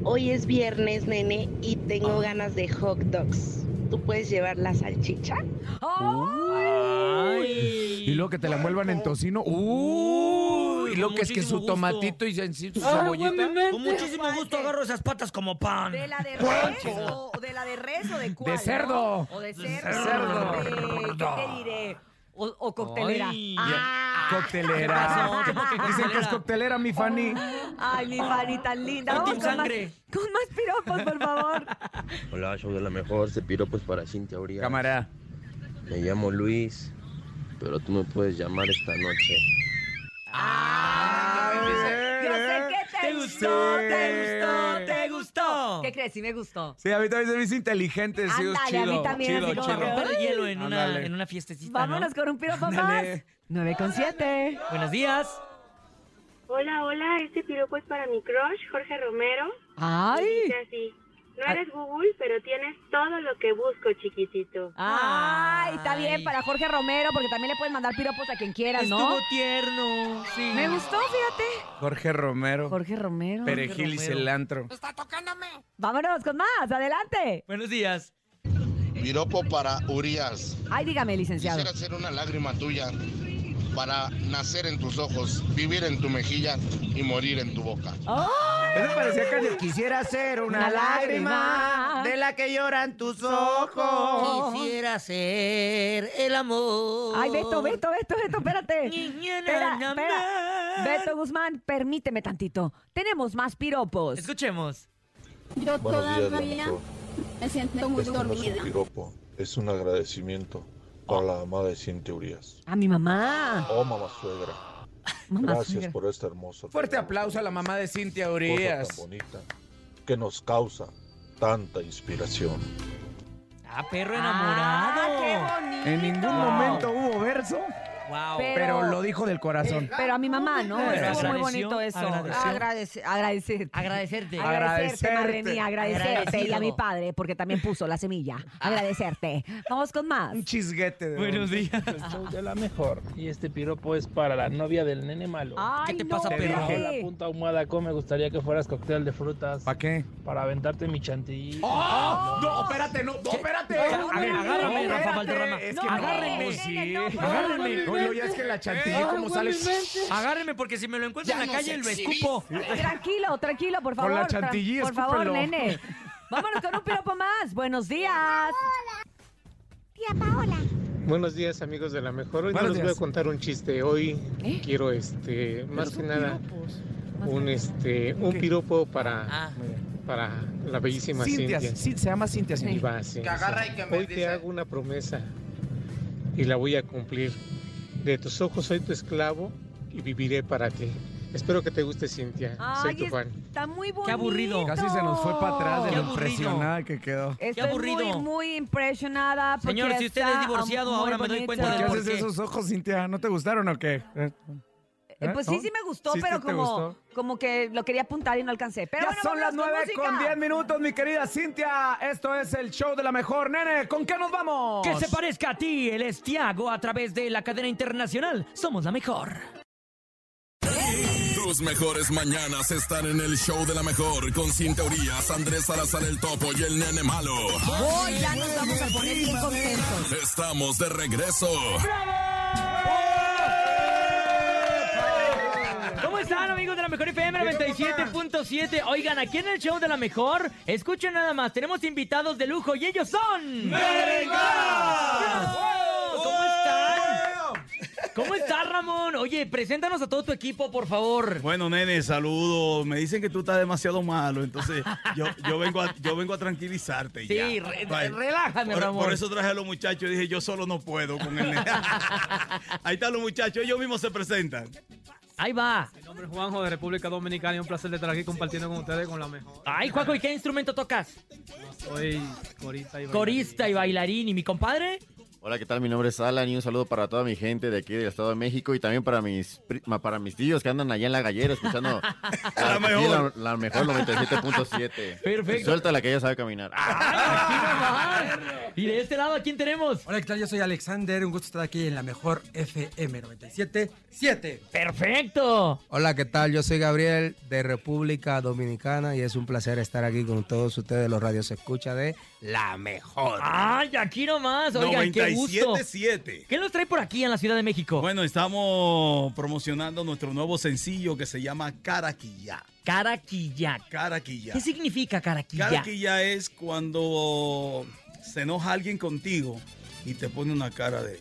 Speaker 15: Hoy es viernes, nene, y tengo
Speaker 4: Ah.
Speaker 15: ganas de hot dogs. ¿Tú puedes llevar la salchicha?
Speaker 6: Uh. Y luego que te la envuelvan en tocino. Uy, y luego
Speaker 5: con
Speaker 6: que es que
Speaker 5: muchísimo
Speaker 6: su
Speaker 5: gusto.
Speaker 6: tomatito y sen- su
Speaker 5: Ay,
Speaker 6: cebollita.
Speaker 5: Con muchísimo gusto agarro esas patas como pan.
Speaker 4: ¿De la de res o o de la de res o de cuál? no?
Speaker 6: cerdo.
Speaker 4: O de
Speaker 6: De
Speaker 4: cerdo.
Speaker 6: cerdo.
Speaker 4: De- ¿Qué te diré? O, o coctelera.
Speaker 5: Ay.
Speaker 4: Ah,
Speaker 6: Coctelera.
Speaker 5: ¿Qué pasó? ¿Cómo que
Speaker 6: Dicen que es
Speaker 5: coctelera?
Speaker 6: coctelera, mi Fanny.
Speaker 4: Ay, mi Fanny, tan linda.
Speaker 5: Con
Speaker 4: Vamos
Speaker 5: team
Speaker 4: con más,
Speaker 5: sangre.
Speaker 4: con más piropos, por favor.
Speaker 16: Hola, show de la mejor, ese piropo es para Cintia Urias.
Speaker 6: Cámara.
Speaker 16: Me llamo Luis, pero tú me puedes llamar esta noche.
Speaker 4: Yo sé que te,
Speaker 5: ¿Te
Speaker 4: gustó,
Speaker 5: gustó? Ah,
Speaker 4: te gustó, te
Speaker 5: ¿Te gustó?
Speaker 4: gustó. ¿Qué crees? Sí me gustó.
Speaker 6: Sí, a mí también se me hizo inteligente. Sí, es
Speaker 4: Ándale, a mí
Speaker 6: chido.
Speaker 4: también,
Speaker 6: chido,
Speaker 4: así como
Speaker 5: Para
Speaker 6: chido.
Speaker 5: romper el hielo en una,
Speaker 6: Ándale.
Speaker 5: en una fiestecita,
Speaker 4: Vámonos con un piropo más.
Speaker 5: Ándale.
Speaker 4: 9 con 7.
Speaker 5: ¿no? Buenos días.
Speaker 17: Hola, hola, este piropo es para mi crush, Jorge Romero.
Speaker 4: ¡Ay!
Speaker 17: Y dice así, no
Speaker 13: Ah.
Speaker 17: eres Google, pero tienes todo lo que busco, chiquitito.
Speaker 4: Ay, está bien para Jorge Romero, porque también le pueden mandar piropos a quien quieras, ¿no?
Speaker 5: Estuvo tierno. Sí.
Speaker 4: Me gustó, fíjate.
Speaker 6: Jorge Romero.
Speaker 4: Jorge Romero.
Speaker 6: Perejil y
Speaker 5: Jorge Romero.
Speaker 6: cilantro.
Speaker 4: Vámonos con más, adelante.
Speaker 5: Buenos días.
Speaker 18: Piropo para Urias.
Speaker 4: Ay, dígame, licenciado.
Speaker 18: Quisiera ser una lágrima tuya para nacer en tus ojos, vivir en tu mejilla y morir en tu boca.
Speaker 6: Eso parecía calle.
Speaker 7: Quisiera ser una,
Speaker 6: Una
Speaker 7: lágrima
Speaker 6: lágrima.
Speaker 7: de la que lloran tus ojos.
Speaker 15: Quisiera ser el amor.
Speaker 4: Oh. Ay, Beto, Beto, Beto, Beto, espérate. Espera,
Speaker 5: na,
Speaker 4: espera. Beto Guzmán, permíteme tantito. Tenemos más piropos.
Speaker 5: Escuchemos.
Speaker 19: Yo
Speaker 20: Buenos
Speaker 19: toda
Speaker 20: días,
Speaker 19: la
Speaker 20: Nacho.
Speaker 19: vida me siento muy
Speaker 20: Este no es
Speaker 19: dormida.
Speaker 20: un piropo, es un agradecimiento para la mamá de Cintia Urias.
Speaker 4: A mi mamá.
Speaker 20: Oh, mamá suegra.
Speaker 4: Mamá
Speaker 20: Gracias
Speaker 4: suegra.
Speaker 20: por esta hermosa
Speaker 6: Fuerte aplauso a la mamá de Cintia
Speaker 20: cosa
Speaker 6: Urias.
Speaker 20: tan bonita que nos causa tanta inspiración.
Speaker 5: Ah, perro enamorado.
Speaker 6: En ningún momento hubo verso,
Speaker 5: wow.
Speaker 4: Pero-
Speaker 6: pero lo dijo del corazón.
Speaker 4: Pero a mi mamá, ¿no?
Speaker 6: Eh,
Speaker 4: Estuvo muy
Speaker 6: agradeció,
Speaker 4: bonito eso.
Speaker 6: agradeció.
Speaker 4: Agradece- agradecerte.
Speaker 5: Agradecerte.
Speaker 4: Agradecerte,
Speaker 6: Agradecerte.
Speaker 4: Marlene, agradecerte.
Speaker 5: Agradecido. Ah.
Speaker 4: Y a mi padre, porque también puso la semilla. Agradecerte. Vamos con más.
Speaker 6: Un chisguete de
Speaker 5: Buenos días.
Speaker 13: Pues de la mejor. Y este piropo es para la novia del nene malo.
Speaker 4: Ay,
Speaker 5: ¿Qué te pasa,
Speaker 4: no,
Speaker 5: perro?
Speaker 4: espérate.
Speaker 13: Bajo la punta ahumada, ¿cómo me gustaría que fueras cóctel de frutas?
Speaker 6: ¿Para qué?
Speaker 13: Para aventarte mi chantilly.
Speaker 6: ¡Oh! No, espérate, no, no, espérate.
Speaker 5: ¡Ah! No,
Speaker 6: A ver,
Speaker 5: no,
Speaker 6: agárrame,
Speaker 5: no,
Speaker 6: Rafa
Speaker 5: espérate.
Speaker 6: Valderrama.
Speaker 5: Es que no,
Speaker 6: agárrenme.
Speaker 5: nene,
Speaker 6: Oh, Sí.
Speaker 5: no, por
Speaker 6: Agárrenme.
Speaker 5: favor.
Speaker 6: No, no, ya es que la chantilly,
Speaker 5: Eh,
Speaker 6: como sales.
Speaker 5: Agárreme porque si me lo encuentro
Speaker 6: Ya
Speaker 5: en la
Speaker 6: nos
Speaker 5: calle lo escupo.
Speaker 4: Tranquilo, tranquilo, por favor.
Speaker 6: Con la
Speaker 4: tra-
Speaker 6: chantilly,
Speaker 4: Por favor,
Speaker 6: escúpelo.
Speaker 4: nene. Vámonos con un piropo más. Buenos días. Tía Paola.
Speaker 21: Buenos días amigos de la mejor. Hoy
Speaker 14: Buenos
Speaker 21: no les voy
Speaker 14: días.
Speaker 21: a contar un chiste. Hoy quiero este más que nada ¿Eh? un este un piropo para
Speaker 5: Ah.
Speaker 21: para la bellísima Cintia.
Speaker 6: Cintia, sí, se llama Cintia. Cintia.
Speaker 21: Y va, sí,
Speaker 6: Que agarra
Speaker 21: sí.
Speaker 6: y que me
Speaker 21: Hoy te
Speaker 6: dice.
Speaker 21: hago una promesa y la voy a cumplir. De tus ojos soy tu esclavo y viviré para ti. Espero que te guste, Cintia. Soy
Speaker 4: Ay,
Speaker 21: tu
Speaker 4: es-
Speaker 21: fan.
Speaker 4: Está muy bonito.
Speaker 6: Casi se nos fue para atrás de
Speaker 21: Qué
Speaker 6: lo
Speaker 21: aburrido.
Speaker 6: impresionada que quedó.
Speaker 4: Estoy muy, muy impresionada. porque
Speaker 5: Señor, si usted es
Speaker 4: está
Speaker 5: divorciado,
Speaker 4: muy
Speaker 5: ahora me doy
Speaker 4: bonito.
Speaker 5: cuenta
Speaker 6: ¿Por qué
Speaker 5: del
Speaker 6: haces
Speaker 5: por qué.
Speaker 6: esos ojos, Cintia? ¿No te gustaron o qué? ¿Eh?
Speaker 4: Eh, Pues sí,
Speaker 6: ¿No?
Speaker 4: sí me gustó,
Speaker 6: ¿Sí
Speaker 4: pero
Speaker 6: te
Speaker 4: como,
Speaker 6: gustó?
Speaker 4: como que lo quería apuntar y no alcancé. Pero
Speaker 6: Ya
Speaker 4: bueno,
Speaker 6: son las
Speaker 4: vámonos
Speaker 6: 9
Speaker 4: música.
Speaker 6: con 10 minutos, mi querida Cintia. Esto es el show de la mejor, nene. ¿Con qué nos vamos?
Speaker 5: Que se parezca a ti, el Estiago, a través de la cadena internacional. Somos la mejor.
Speaker 2: Tus mejores mañanas están en el show de la mejor con Cintia Urias, Andrés Salazar el Topo y el Nene Malo.
Speaker 4: Hoy ya nos vamos a poner bien contentos.
Speaker 2: Estamos de regreso.
Speaker 5: ¿Cómo están, amigos de la Mejor FM 97.7? Oigan, aquí en el show de la Mejor, escuchen nada más, tenemos invitados de lujo y ellos son... ¡Wow! ¿Cómo están? ¿Cómo estás, Ramón? Oye, preséntanos a todo tu equipo, por favor.
Speaker 14: Bueno, nene, saludos. Me dicen que tú estás demasiado malo, entonces yo, yo, vengo, a, yo vengo a tranquilizarte.
Speaker 5: Sí,
Speaker 14: ya.
Speaker 5: re-
Speaker 14: Bye.
Speaker 5: relájame,
Speaker 14: por,
Speaker 5: Ramón.
Speaker 14: Por eso traje a los muchachos y dije, yo solo no puedo con el nene. Ahí están los muchachos, ellos mismos se presentan.
Speaker 5: Ahí va.
Speaker 22: Mi nombre es Juanjo de República Dominicana y un placer de estar aquí compartiendo con ustedes con la mejor.
Speaker 5: Ay, Juaco, ¿y qué instrumento tocas?
Speaker 22: Soy corista y
Speaker 5: Corista y bailarín. ¿Y mi compadre?
Speaker 23: Hola, ¿qué tal? Mi nombre es Alan y un saludo para toda mi gente de aquí del Estado de México y también para mis pri- ma- para mis tíos que andan allá en la gallera escuchando la, aquí
Speaker 14: mejor.
Speaker 23: la- la mejor 97.7.
Speaker 5: Perfecto.
Speaker 23: Suéltala que ella sabe caminar. Ah,
Speaker 5: Y de este lado, ¿a quién tenemos?
Speaker 24: Hola, ¿qué tal? Yo soy Alexander. Un gusto estar aquí en la mejor FM 97.7.
Speaker 5: ¡Perfecto!
Speaker 24: Hola, ¿qué tal? Yo soy Gabriel de República Dominicana y es un placer estar aquí con todos ustedes. Los radios escucha de la mejor.
Speaker 5: Ay, aquí nomás. Oigan, qué gusto.
Speaker 14: 97.7.
Speaker 5: ¿Qué nos trae por aquí en la Ciudad de México?
Speaker 14: Bueno, estamos promocionando nuestro nuevo sencillo que se llama Caraquilla.
Speaker 5: Caraquilla.
Speaker 14: Caraquilla.
Speaker 5: ¿Qué significa caraquilla?
Speaker 14: Caraquilla es cuando se enoja alguien contigo y te pone una cara de...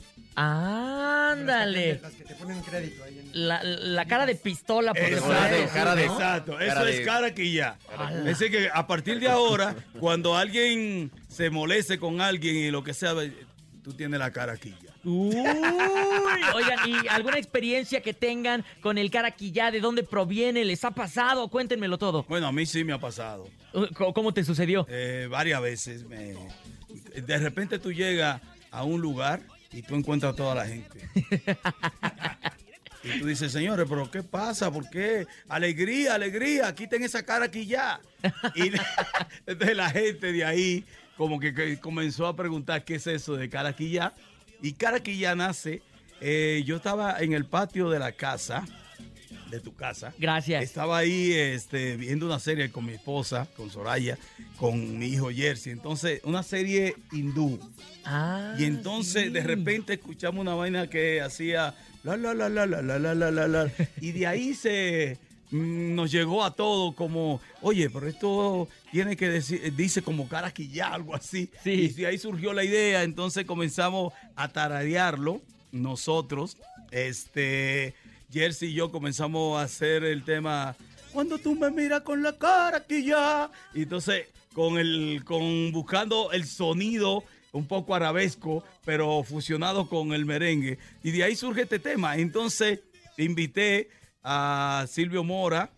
Speaker 5: Ándale.
Speaker 24: Las que te ponen crédito ahí en...
Speaker 5: La, la cara de pistola, por
Speaker 14: Exacto,
Speaker 5: ejemplo, ¿no?
Speaker 14: exacto. Eso es caraquilla.
Speaker 5: Ala.
Speaker 14: Es decir, que a partir de ahora, cuando alguien se moleste con alguien y lo que sea, tú tienes la caraquilla.
Speaker 5: Uy, oigan, ¿y alguna experiencia que tengan con el caraquillá? ¿De dónde proviene? ¿Les ha pasado? Cuéntenmelo todo. Uh,
Speaker 14: Bueno, a mí sí me ha pasado.
Speaker 5: ¿Cómo te sucedió?
Speaker 14: eh, varias veces. me- de repente tú llegas a un lugar y tú encuentras a toda la gente. y tú dices, señores, pero ¿qué pasa? ¿Por qué? Alegría, alegría, quiten esa caraquilla. Y entonces la gente de ahí como que, que comenzó a preguntar qué es eso de caraquilla. Y caraquilla nace, eh, yo estaba en el patio de la casa de tu casa.
Speaker 5: Gracias.
Speaker 14: Estaba ahí este, viendo una serie con mi esposa, con Soraya, con mi hijo Jersey. Entonces, una serie hindú.
Speaker 5: Ah.
Speaker 14: y entonces, de repente, escuchamos una vaina que hacía la, la, la, la, la, la, la, la, la, la. Y de ahí se mm, nos llegó a todo como, oye, pero esto tiene que decir, dice como caraquilla, algo así. Y de ahí surgió la idea, entonces comenzamos a tararearlo nosotros. Este, Jersey y yo comenzamos a hacer el tema cuando tú me miras con la cara que ya. Y entonces, con el, con buscando el sonido un poco arabesco, pero fusionado con el merengue. Y de ahí surge este tema. Entonces, invité a Silvio Mora,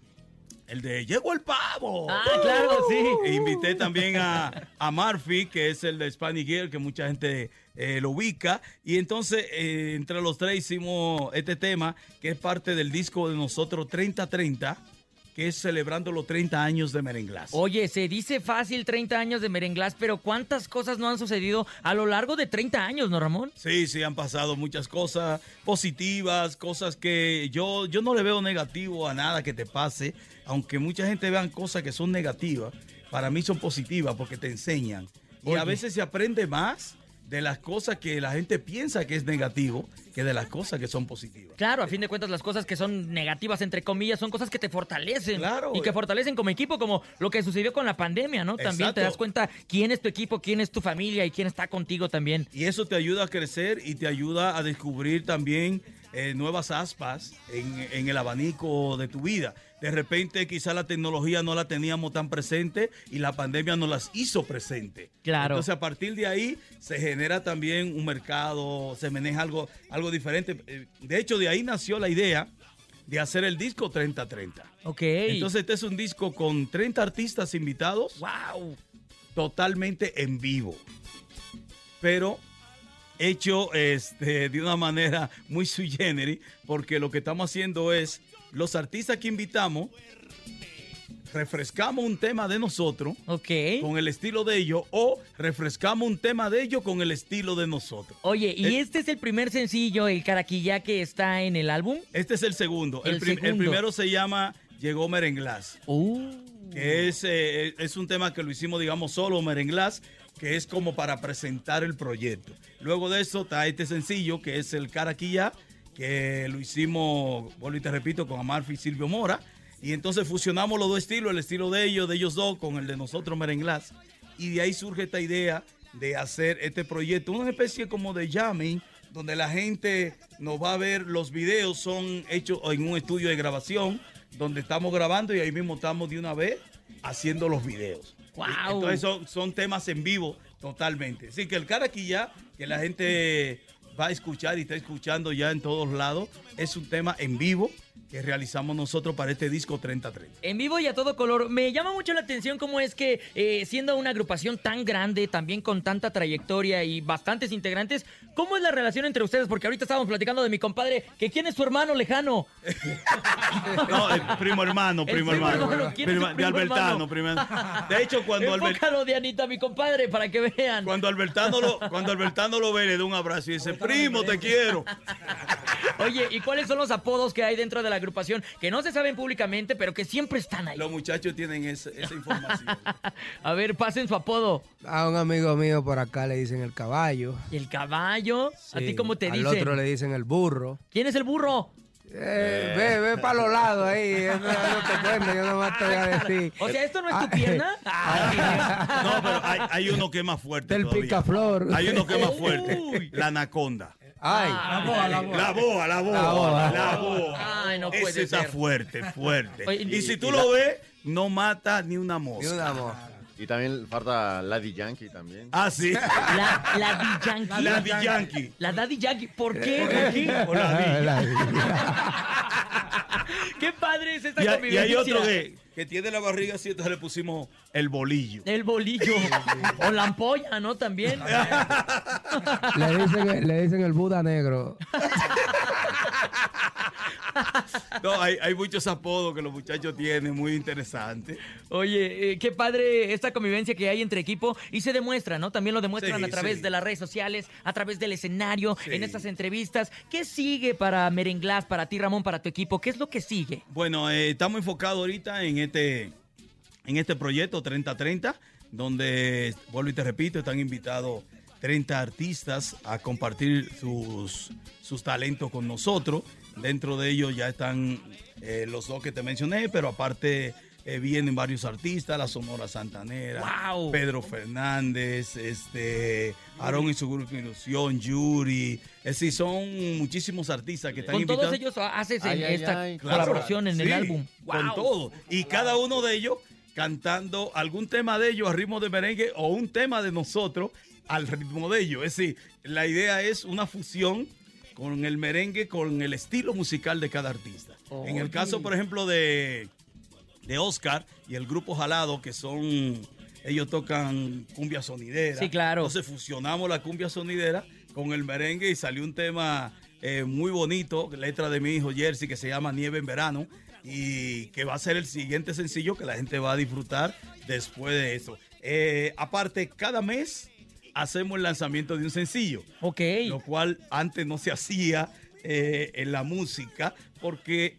Speaker 14: el de Llegó el Pavo.
Speaker 5: Ah, claro, sí.
Speaker 14: E invité también a, a Murphy, que es el de Spanish Girl, que mucha gente eh, lo ubica. Y entonces, eh, entre los tres hicimos este tema, que es parte del disco de nosotros 3030, que es celebrando los 30 años de Merenglás.
Speaker 5: Oye, se dice fácil 30 años de merenglás, pero ¿cuántas cosas no han sucedido a lo largo de 30 años, no, Ramón?
Speaker 14: Sí, sí, han pasado muchas cosas positivas, cosas que yo, yo no le veo negativo a nada que te pase, aunque mucha gente vean cosas que son negativas, para mí son positivas porque te enseñan. Y a
Speaker 25: Oye.
Speaker 14: veces se aprende más de las cosas que la gente piensa que es negativo que de las cosas que son positivas.
Speaker 5: Claro, a fin de cuentas las cosas que son negativas, entre comillas, son cosas que te fortalecen.
Speaker 14: Claro.
Speaker 5: Y que fortalecen como equipo, como lo que sucedió con la pandemia, ¿no? También te
Speaker 14: Exacto.
Speaker 5: das cuenta quién es tu equipo, quién es tu familia y quién está contigo también.
Speaker 14: Y eso te ayuda a crecer y te ayuda a descubrir también eh, nuevas aspas en, en el abanico de tu vida. De repente quizá la tecnología no la teníamos tan presente y la pandemia nos las hizo presente.
Speaker 5: Claro.
Speaker 14: Entonces a partir de ahí se genera también un mercado, se maneja algo, algo diferente. Eh, De hecho de ahí nació la idea de hacer el disco 30-30.
Speaker 5: Ok.
Speaker 14: Entonces este es un disco con 30 artistas invitados. ¡Wow! Totalmente en vivo. Pero hecho este, de una manera muy sui generis, porque lo que estamos haciendo es, los artistas que invitamos, refrescamos un tema de nosotros con el estilo de ellos, o refrescamos un tema de ellos con el estilo de nosotros.
Speaker 5: Oye, ¿y
Speaker 14: Eh
Speaker 5: este es el primer sencillo, el caraquilla que está en el álbum?
Speaker 14: Este es el segundo. El,
Speaker 5: El
Speaker 14: prim- el
Speaker 5: segundo.
Speaker 14: primero se llama Llegó Merenglás. Uh. Que es, eh, es un tema que lo hicimos, digamos, solo Merenglás, que es como para presentar el proyecto. Luego de eso está este sencillo, que es El Caraquilla, que lo hicimos, vuelvo y te repito, con Amalfi y Silvio Mora. Y entonces fusionamos los dos estilos, el estilo de ellos, de ellos dos, con el de nosotros, Merenglás. Y de ahí surge esta idea de hacer este proyecto, una especie como de jamming, donde la gente nos va a ver, los videos son hechos en un estudio de grabación, donde estamos grabando y ahí mismo estamos de una vez haciendo los videos.
Speaker 5: ¡Guau!
Speaker 14: Entonces son, son temas en vivo totalmente. Así que el cara aquí ya, que la gente va a escuchar y está escuchando ya en todos lados, es un tema en vivo que realizamos nosotros para este disco 3030.
Speaker 5: En vivo y a todo color. Me llama mucho la atención cómo es que, eh, siendo una agrupación tan grande, también con tanta trayectoria y bastantes integrantes, ¿cómo es la relación entre ustedes? Porque ahorita estábamos platicando de mi compadre, que quién es su hermano lejano.
Speaker 14: No, el primo hermano,
Speaker 5: El
Speaker 14: primo,
Speaker 5: primo
Speaker 14: hermano.
Speaker 5: hermano, ¿quién es
Speaker 14: Prima-
Speaker 5: el
Speaker 14: de
Speaker 5: primo
Speaker 14: Albertano,
Speaker 5: hermano?
Speaker 14: prima- De hecho, cuando Albert-
Speaker 5: Enfócalo de Anita, mi compadre, para que vean.
Speaker 14: Cuando Albertano lo, cuando Albertano lo ve, le da un abrazo y dice, primo, te quiero.
Speaker 5: Oye, ¿y cuáles son los apodos que hay dentro de la agrupación que no se saben públicamente, pero que siempre están ahí?
Speaker 14: Los muchachos tienen esa, esa información.
Speaker 5: A ver, pasen su apodo.
Speaker 24: A un amigo mío por acá le dicen el caballo.
Speaker 5: El caballo. ¿A ti
Speaker 24: Sí,
Speaker 5: cómo te
Speaker 24: Al
Speaker 5: dicen?
Speaker 24: otro le dicen el burro.
Speaker 5: ¿Quién es el burro?
Speaker 24: Eh, ve, ve para los lados ahí. Yo no, no te cuento, yo nomás te voy a decir.
Speaker 5: O sea, ¿esto no
Speaker 24: Ah,
Speaker 5: es tu pierna?
Speaker 14: No, pero hay, hay uno que es más fuerte.
Speaker 24: Del
Speaker 14: todavía.
Speaker 24: picaflor.
Speaker 14: Hay uno que es más fuerte. La anaconda.
Speaker 24: Ay.
Speaker 5: Ah.
Speaker 14: La boa, la boa. La boa, la boa. La boa.
Speaker 5: Ay, no puede
Speaker 14: Ese está
Speaker 5: ser.
Speaker 14: fuerte, fuerte.
Speaker 5: Oye,
Speaker 14: y,
Speaker 5: y-
Speaker 14: si
Speaker 5: y
Speaker 14: tú
Speaker 5: la-
Speaker 14: lo ves, no mata ni una mosca.
Speaker 23: Y también falta Lady Yankee también.
Speaker 14: Ah, sí.
Speaker 5: La, la Daddy Yankee.
Speaker 14: La Daddy Yankee.
Speaker 5: La Daddy Yankee. ¿Por qué? ¿Por qué? Qué padre es esta
Speaker 14: Y, hay- y
Speaker 5: convivencia.
Speaker 14: hay otro que, que tiene la barriga así, entonces le pusimos el bolillo.
Speaker 5: El bolillo. o la ampolla, ¿no? También.
Speaker 24: Le dicen, le dicen el Buda negro.
Speaker 14: No, hay, hay muchos apodos que los muchachos tienen, muy interesantes.
Speaker 5: Oye, eh, qué padre esta convivencia que hay entre equipo y se demuestra, ¿no? También lo demuestran
Speaker 14: Sí,
Speaker 5: a través
Speaker 14: sí.
Speaker 5: de las redes sociales, a través del escenario, en estas entrevistas. ¿Qué sigue para Merenglás, para ti, Ramón, para tu equipo? ¿Qué es lo que sigue?
Speaker 14: Bueno, eh, estamos enfocados ahorita en este, en este proyecto 3030, donde, vuelvo y te repito, están invitados 30 artistas a compartir sus, sus talentos con nosotros. Dentro de ellos ya están eh, los dos que te mencioné, pero aparte eh, vienen varios artistas, la Sonora Santanera,
Speaker 5: ¡Wow!
Speaker 14: Pedro Fernández, este, Aarón y su grupo Ilusión, Yuri. Es decir, son muchísimos artistas que están
Speaker 5: Con
Speaker 14: invitados.
Speaker 5: todos ellos haces
Speaker 14: Ay,
Speaker 5: en
Speaker 14: ay,
Speaker 5: esta
Speaker 14: ay, claro.
Speaker 5: colaboración en el
Speaker 14: Sí,
Speaker 5: álbum.
Speaker 14: Con
Speaker 5: Wow.
Speaker 14: todo. Y cada uno de ellos cantando algún tema de ellos a ritmo de merengue o un tema de nosotros al ritmo de ellos. Es decir, la idea es una fusión con el merengue, con el estilo musical de cada artista. En el Oye. caso, por ejemplo, de, de Oscar y el grupo Jalado, que son, ellos tocan cumbia sonidera.
Speaker 5: Sí, claro.
Speaker 14: Entonces fusionamos la cumbia sonidera con el merengue y salió un tema eh, muy bonito, letra de mi hijo Jersey, que se llama Nieve en Verano y que va a ser el siguiente sencillo que la gente va a disfrutar después de eso. Eh, aparte, cada mes hacemos el lanzamiento de un sencillo.
Speaker 5: Ok.
Speaker 14: Lo cual antes no se hacía eh, en la música porque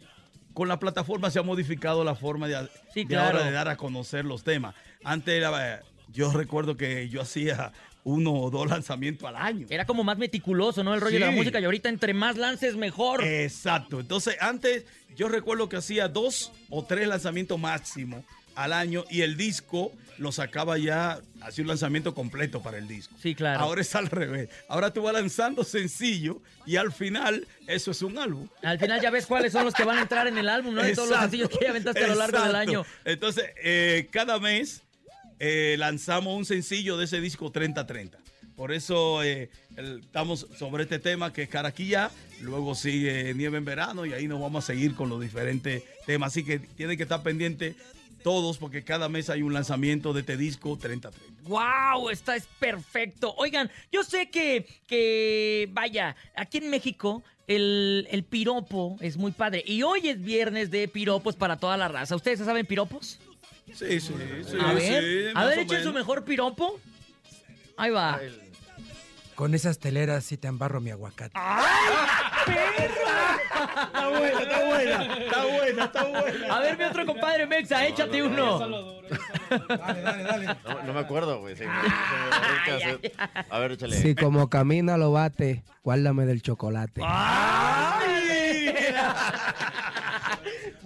Speaker 14: con la plataforma se ha modificado la forma de,
Speaker 5: Sí,
Speaker 14: de
Speaker 5: claro.
Speaker 14: ahora de dar a conocer los temas. Antes era, eh, yo recuerdo que yo hacía uno o dos lanzamientos al año.
Speaker 5: Era como más meticuloso, ¿no? El rollo de la
Speaker 14: Sí. Eh,
Speaker 5: música y ahorita entre más lances mejor.
Speaker 14: Exacto. Entonces, antes yo recuerdo que hacía dos o tres lanzamientos máximo al año y el disco lo sacaba ya, hacía un lanzamiento completo para el disco.
Speaker 5: Sí, claro.
Speaker 14: Ahora es al revés. Ahora tú vas lanzando sencillo y al final eso es un álbum.
Speaker 5: Al final ya ves cuáles son los que van a entrar en el álbum, ¿no? De todos los
Speaker 14: Exacto,
Speaker 5: sencillos que ya aventaste a lo largo del
Speaker 14: exacto.
Speaker 5: año.
Speaker 14: Entonces, eh, cada mes eh, lanzamos un sencillo de ese disco 30-30. Por eso eh, el- estamos sobre este tema que es Caraquilla, Luego sigue Nieve en Verano y ahí nos vamos a seguir con los diferentes temas. Así que tienen que estar pendientes todos porque cada mes hay un lanzamiento de este disco 30
Speaker 5: ¡Wow! Está es perfecto. Oigan, yo sé que, que vaya, aquí en México el, el piropo es muy padre. Y hoy es viernes de piropos para toda la raza. ¿Ustedes ya saben piropos?
Speaker 14: Sí, sí, sí.
Speaker 5: a ver,
Speaker 14: sí,
Speaker 5: a
Speaker 14: más
Speaker 5: ver,
Speaker 14: o
Speaker 5: echen su
Speaker 14: menos.
Speaker 5: mejor piropo. Ahí va.
Speaker 3: Con esas teleras sí te embarro mi aguacate.
Speaker 14: Está buena, está buena, está buena, está buena.
Speaker 5: A ver, mi otro compadre Mexa, échate uno.
Speaker 23: No, no me acuerdo, güey. se me- se me- se me- se me- A ver, échale.
Speaker 24: Si como camina lo bate, guárdame del chocolate.
Speaker 5: Ah.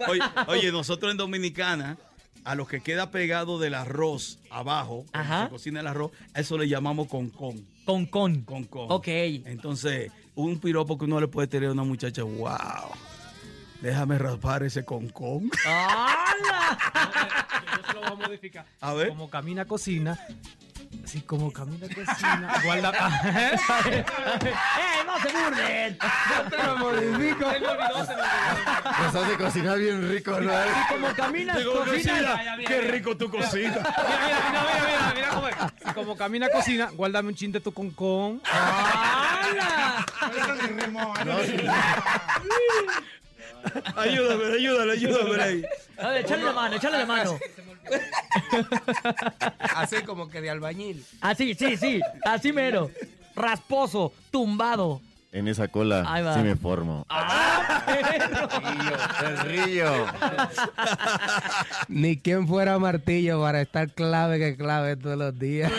Speaker 14: Oye, oye, nosotros en Dominicana, a los que queda pegado del arroz abajo, cuando se cocina el arroz, a eso le llamamos concón.
Speaker 5: Concón.
Speaker 14: Concón.
Speaker 5: Ok.
Speaker 14: Entonces, un piropo que uno le puede tener a una muchacha, wow, déjame raspar ese concón.
Speaker 22: Yo se lo voy a modificar.
Speaker 14: A ver.
Speaker 22: Como camina, cocina. Así como camina, cocina. Guarda. ¡Eh,
Speaker 5: no se burlen!
Speaker 22: Yo te lo modifico. Se me olvidó, se me olvidó.
Speaker 23: Nos hace cocinar bien rico, ¿no?
Speaker 22: Y como
Speaker 14: caminas,
Speaker 22: Digo,
Speaker 14: cocinas.
Speaker 22: cocina. Ya, ya, ya.
Speaker 14: Qué rico tu cocina.
Speaker 22: Mira, mira, mira, mira, mira, mira cómo es. Y Como camina, cocina. Guárdame un chin de tu concón.
Speaker 23: ¿eh?
Speaker 14: Ayúdame, ayúdame, ayúdame ahí.
Speaker 5: A ver, échale la mano, échale la mano.
Speaker 24: Así como que de albañil.
Speaker 5: Así, sí, sí. Así mero. Rasposo, tumbado. Ah,
Speaker 23: En esa cola
Speaker 5: Ahí va.
Speaker 23: sí me formo. Perrillo.
Speaker 24: Ni quien fuera martillo para estar clave que clave todos los días.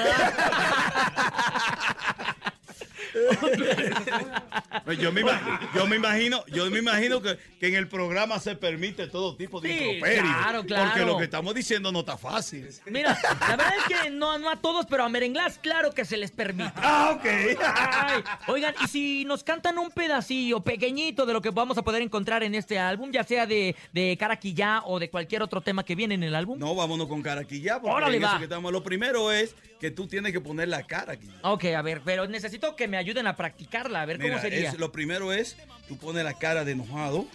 Speaker 14: Yo me, ima- yo me imagino, yo me imagino que, que en el programa se permite todo tipo de
Speaker 5: Sí,
Speaker 14: improperio.
Speaker 5: claro, claro.
Speaker 14: Porque lo que estamos diciendo no está fácil.
Speaker 5: Mira, la verdad es que no, no a todos, pero a Merenglás, claro que se les permite.
Speaker 14: Ah, ok.
Speaker 5: Ay, oigan, y si nos cantan un pedacillo pequeñito de lo que vamos a poder encontrar en este álbum, ya sea de, de Caraquillá o de cualquier otro tema que viene en el álbum.
Speaker 14: No, vámonos con cara aquí ya. Porque
Speaker 5: Órale,
Speaker 14: en eso
Speaker 5: va.
Speaker 14: que estamos. Lo primero es que tú tienes que poner la cara aquí.
Speaker 5: Ok, a ver, pero necesito que me ayuden a practicarla, a ver
Speaker 14: Mira,
Speaker 5: cómo sería.
Speaker 14: es- lo primero es, tú pones la cara de enojado,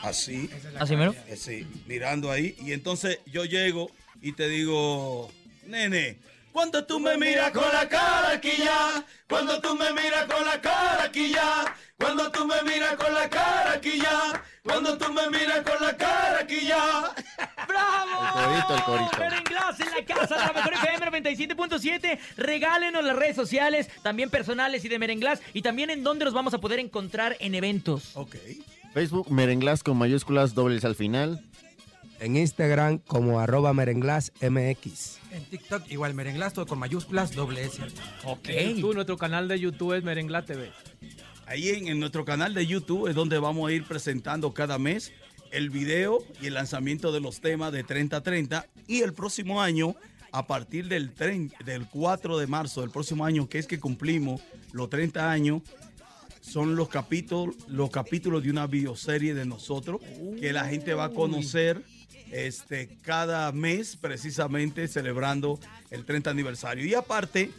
Speaker 14: así.
Speaker 5: ¿Así mero?
Speaker 14: Así, Eh, mirando ahí. Y entonces yo llego y te digo, nene, cuando tú me miras con la cara aquí ya, cuando tú me miras con la cara aquí ya, cuando tú me miras con la cara aquí ya, cuando tú me miras con la cara aquí ya.
Speaker 5: ¡Bravo!
Speaker 14: El corito, el corito.
Speaker 5: Merenglás en la casa de la mejor FM 97.7. Regálenos las redes sociales, también personales y de Merenglás, y también en dónde los vamos a poder encontrar en eventos.
Speaker 14: Ok.
Speaker 23: Facebook, merenglas con mayúsculas dobles al final.
Speaker 24: En Instagram como arroba merenglasmx.
Speaker 3: En TikTok igual merenglas, todo con mayúsculas, doble S.
Speaker 22: Ok. YouTube, nuestro canal de YouTube es Merengla TV.
Speaker 14: Ahí en, en nuestro canal de YouTube es donde vamos a ir presentando cada mes el video y el lanzamiento de los temas de 3030 y el próximo año a partir del, tren- del 4 de marzo del próximo año que es que cumplimos los 30 años son los capítulos los capítulos de una bioserie de nosotros que la gente va a conocer este cada mes precisamente celebrando el 30 aniversario y aparte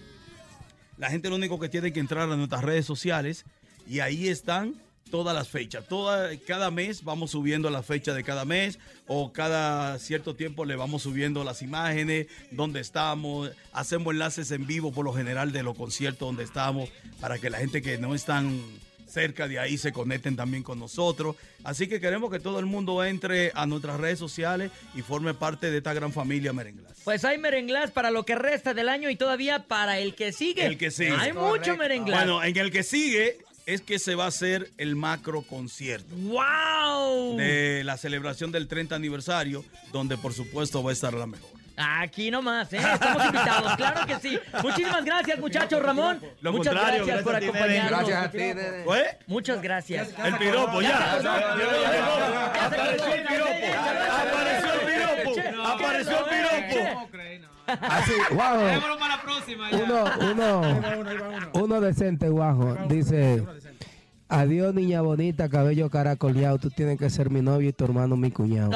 Speaker 14: la gente lo único que tiene que entrar a nuestras redes sociales y ahí están todas las fechas. Toda, cada mes vamos subiendo la fecha de cada mes o cada cierto tiempo le vamos subiendo las imágenes, dónde estamos, hacemos enlaces en vivo por lo general de los conciertos donde estamos para que la gente que no están cerca de ahí se conecten también con nosotros. Así que queremos que todo el mundo entre a nuestras redes sociales y forme parte de esta gran familia merenglas.
Speaker 5: Pues hay merenglás para lo que resta del año y todavía para el que sigue.
Speaker 14: El que sigue.
Speaker 5: Hay mucho merenglás.
Speaker 14: Bueno, en el que sigue es que se va a hacer el macro concierto
Speaker 5: ¡Wow!
Speaker 14: de la celebración del 30 aniversario, donde por supuesto va a estar la mejor.
Speaker 5: Aquí nomás, ¿eh? Estamos invitados, claro que sí. Muchísimas gracias, muchachos, Ramón.
Speaker 14: Lo
Speaker 5: Muchas
Speaker 14: contrario,
Speaker 5: gracias,
Speaker 14: gracias
Speaker 5: por
Speaker 14: a ti, Nene.
Speaker 5: acompañarnos.
Speaker 14: Gracias a ti, Nene. ¿Eh?
Speaker 5: Muchas gracias.
Speaker 14: El piropo, ya.
Speaker 5: Apareció el
Speaker 14: Apareció el piropo. Apareció el piropo.
Speaker 24: Así, guajo. Uno, uno, uno decente, guajo. Dice, adiós niña bonita, cabello caracoleado, tú tienes que ser mi novio y tu hermano mi cuñado.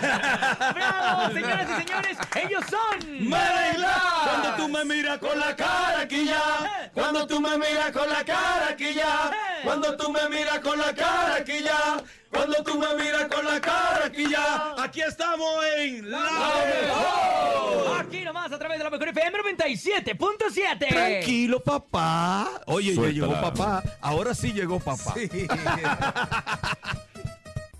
Speaker 5: ¡Bravo, señoras y señores! ¡Ellos son
Speaker 14: Merenglás. Cuando tú me miras con la cara aquí ya, cuando tú me miras con la cara aquí ya,
Speaker 8: Cuando tú me miras con la cara que ya. Cuando tú me miras con la cara que ya. Aquí estamos en La Mejor.
Speaker 5: Aquí nomás a través de la mejor FM 97.7.
Speaker 8: Tranquilo, papá. Oye, ya
Speaker 2: Suéltala.
Speaker 8: llegó papá. Ahora sí llegó papá.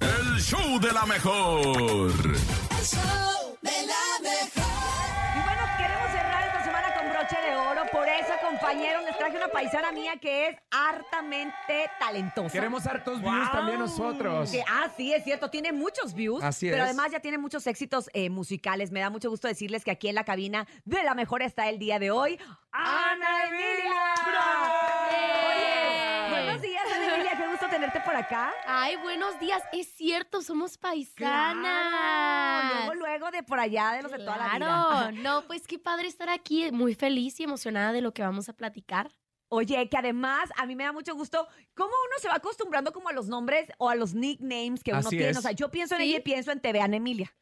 Speaker 2: El show de la mejor.
Speaker 1: El show de la mejor.
Speaker 4: Y bueno, queremos cerrar esta semana con broche de oro. Por eso, compañeros, les traje una paisana mía que es hartamente talentosa.
Speaker 6: Queremos hartos views también nosotros.
Speaker 4: Que- ah, sí, es cierto. Tiene muchos views.
Speaker 6: Así
Speaker 4: Pero
Speaker 6: es.
Speaker 4: además ya tiene muchos éxitos eh, musicales. Me da mucho gusto decirles que aquí en la cabina de La Mejor está el día de hoy. ¡Ana Emilia! Oye, Buenos días, Ana Emilia. Qué gusto tenerte por acá.
Speaker 9: Ay, buenos días. Es cierto, somos
Speaker 4: Claro,
Speaker 9: paisanas.
Speaker 4: Luego, luego de por allá, de los de toda la vida.
Speaker 9: Claro, no, pues qué padre estar aquí, muy feliz y emocionada de lo que vamos a platicar.
Speaker 4: Oye, que además a mí me da mucho gusto cómo uno se va acostumbrando como a los nombres o a los nicknames que uno
Speaker 9: Así
Speaker 4: tiene.
Speaker 9: es.
Speaker 4: O sea, yo pienso en
Speaker 9: Sí.
Speaker 4: ella y pienso en TV Ana Emilia.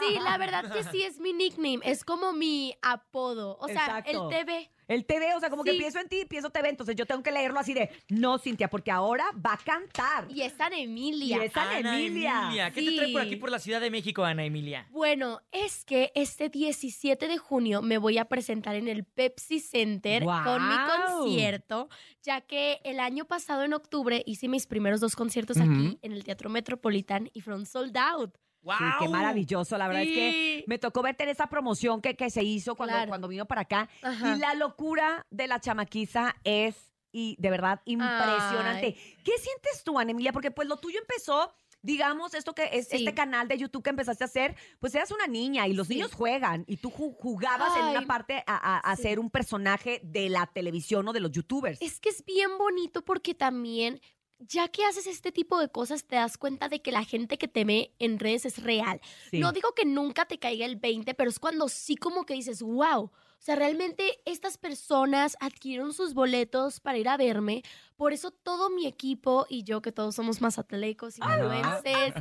Speaker 9: Sí, la verdad que sí es mi nickname, es como mi apodo, o sea,
Speaker 4: Exacto.
Speaker 9: el TV.
Speaker 4: El TV, o sea, como que
Speaker 9: Sí.
Speaker 4: pienso en ti y pienso TV, entonces yo tengo que leerlo así de, no, Cintia, porque ahora va a cantar.
Speaker 9: Y es Ana Emilia.
Speaker 4: Y es Ana Emilia.
Speaker 5: ¿Qué te trae por aquí
Speaker 9: Sí.
Speaker 5: por la Ciudad de México, Ana Emilia?
Speaker 9: Bueno, es que este 17 de junio me voy a presentar en el Pepsi Center con mi
Speaker 4: ¡Guau!
Speaker 9: concierto, ya que el año pasado en octubre hice mis primeros dos conciertos
Speaker 4: Ujú.
Speaker 9: aquí en el Teatro Metropolitan y fueron sold out.
Speaker 4: Sí, qué maravilloso. La verdad es que
Speaker 9: Sí.
Speaker 4: me tocó verte en esa promoción que, que se hizo cuando,
Speaker 9: Claro.
Speaker 4: cuando vino para acá.
Speaker 9: Ajá.
Speaker 4: Y la locura de la chamaquiza es, y de verdad, impresionante. ¿Qué sientes tú, Ana Emilia? Porque pues lo tuyo empezó, digamos, esto que es este canal de YouTube que empezaste a hacer, pues eras una niña y los niños juegan y tú ju- jugabas en
Speaker 9: Ay.
Speaker 4: una parte a, a- a ser un personaje de la televisión o de los youtubers.
Speaker 9: Es que es bien bonito porque también, ya que haces este tipo de cosas, te das cuenta de que la gente que te ve en redes es real.
Speaker 4: Sí.
Speaker 9: No digo que nunca te caiga el 20, pero es cuando sí como que dices, wow. O sea, realmente estas personas adquirieron sus boletos para ir a verme. Por eso todo mi equipo y yo, que todos somos mazatelecos, influencers,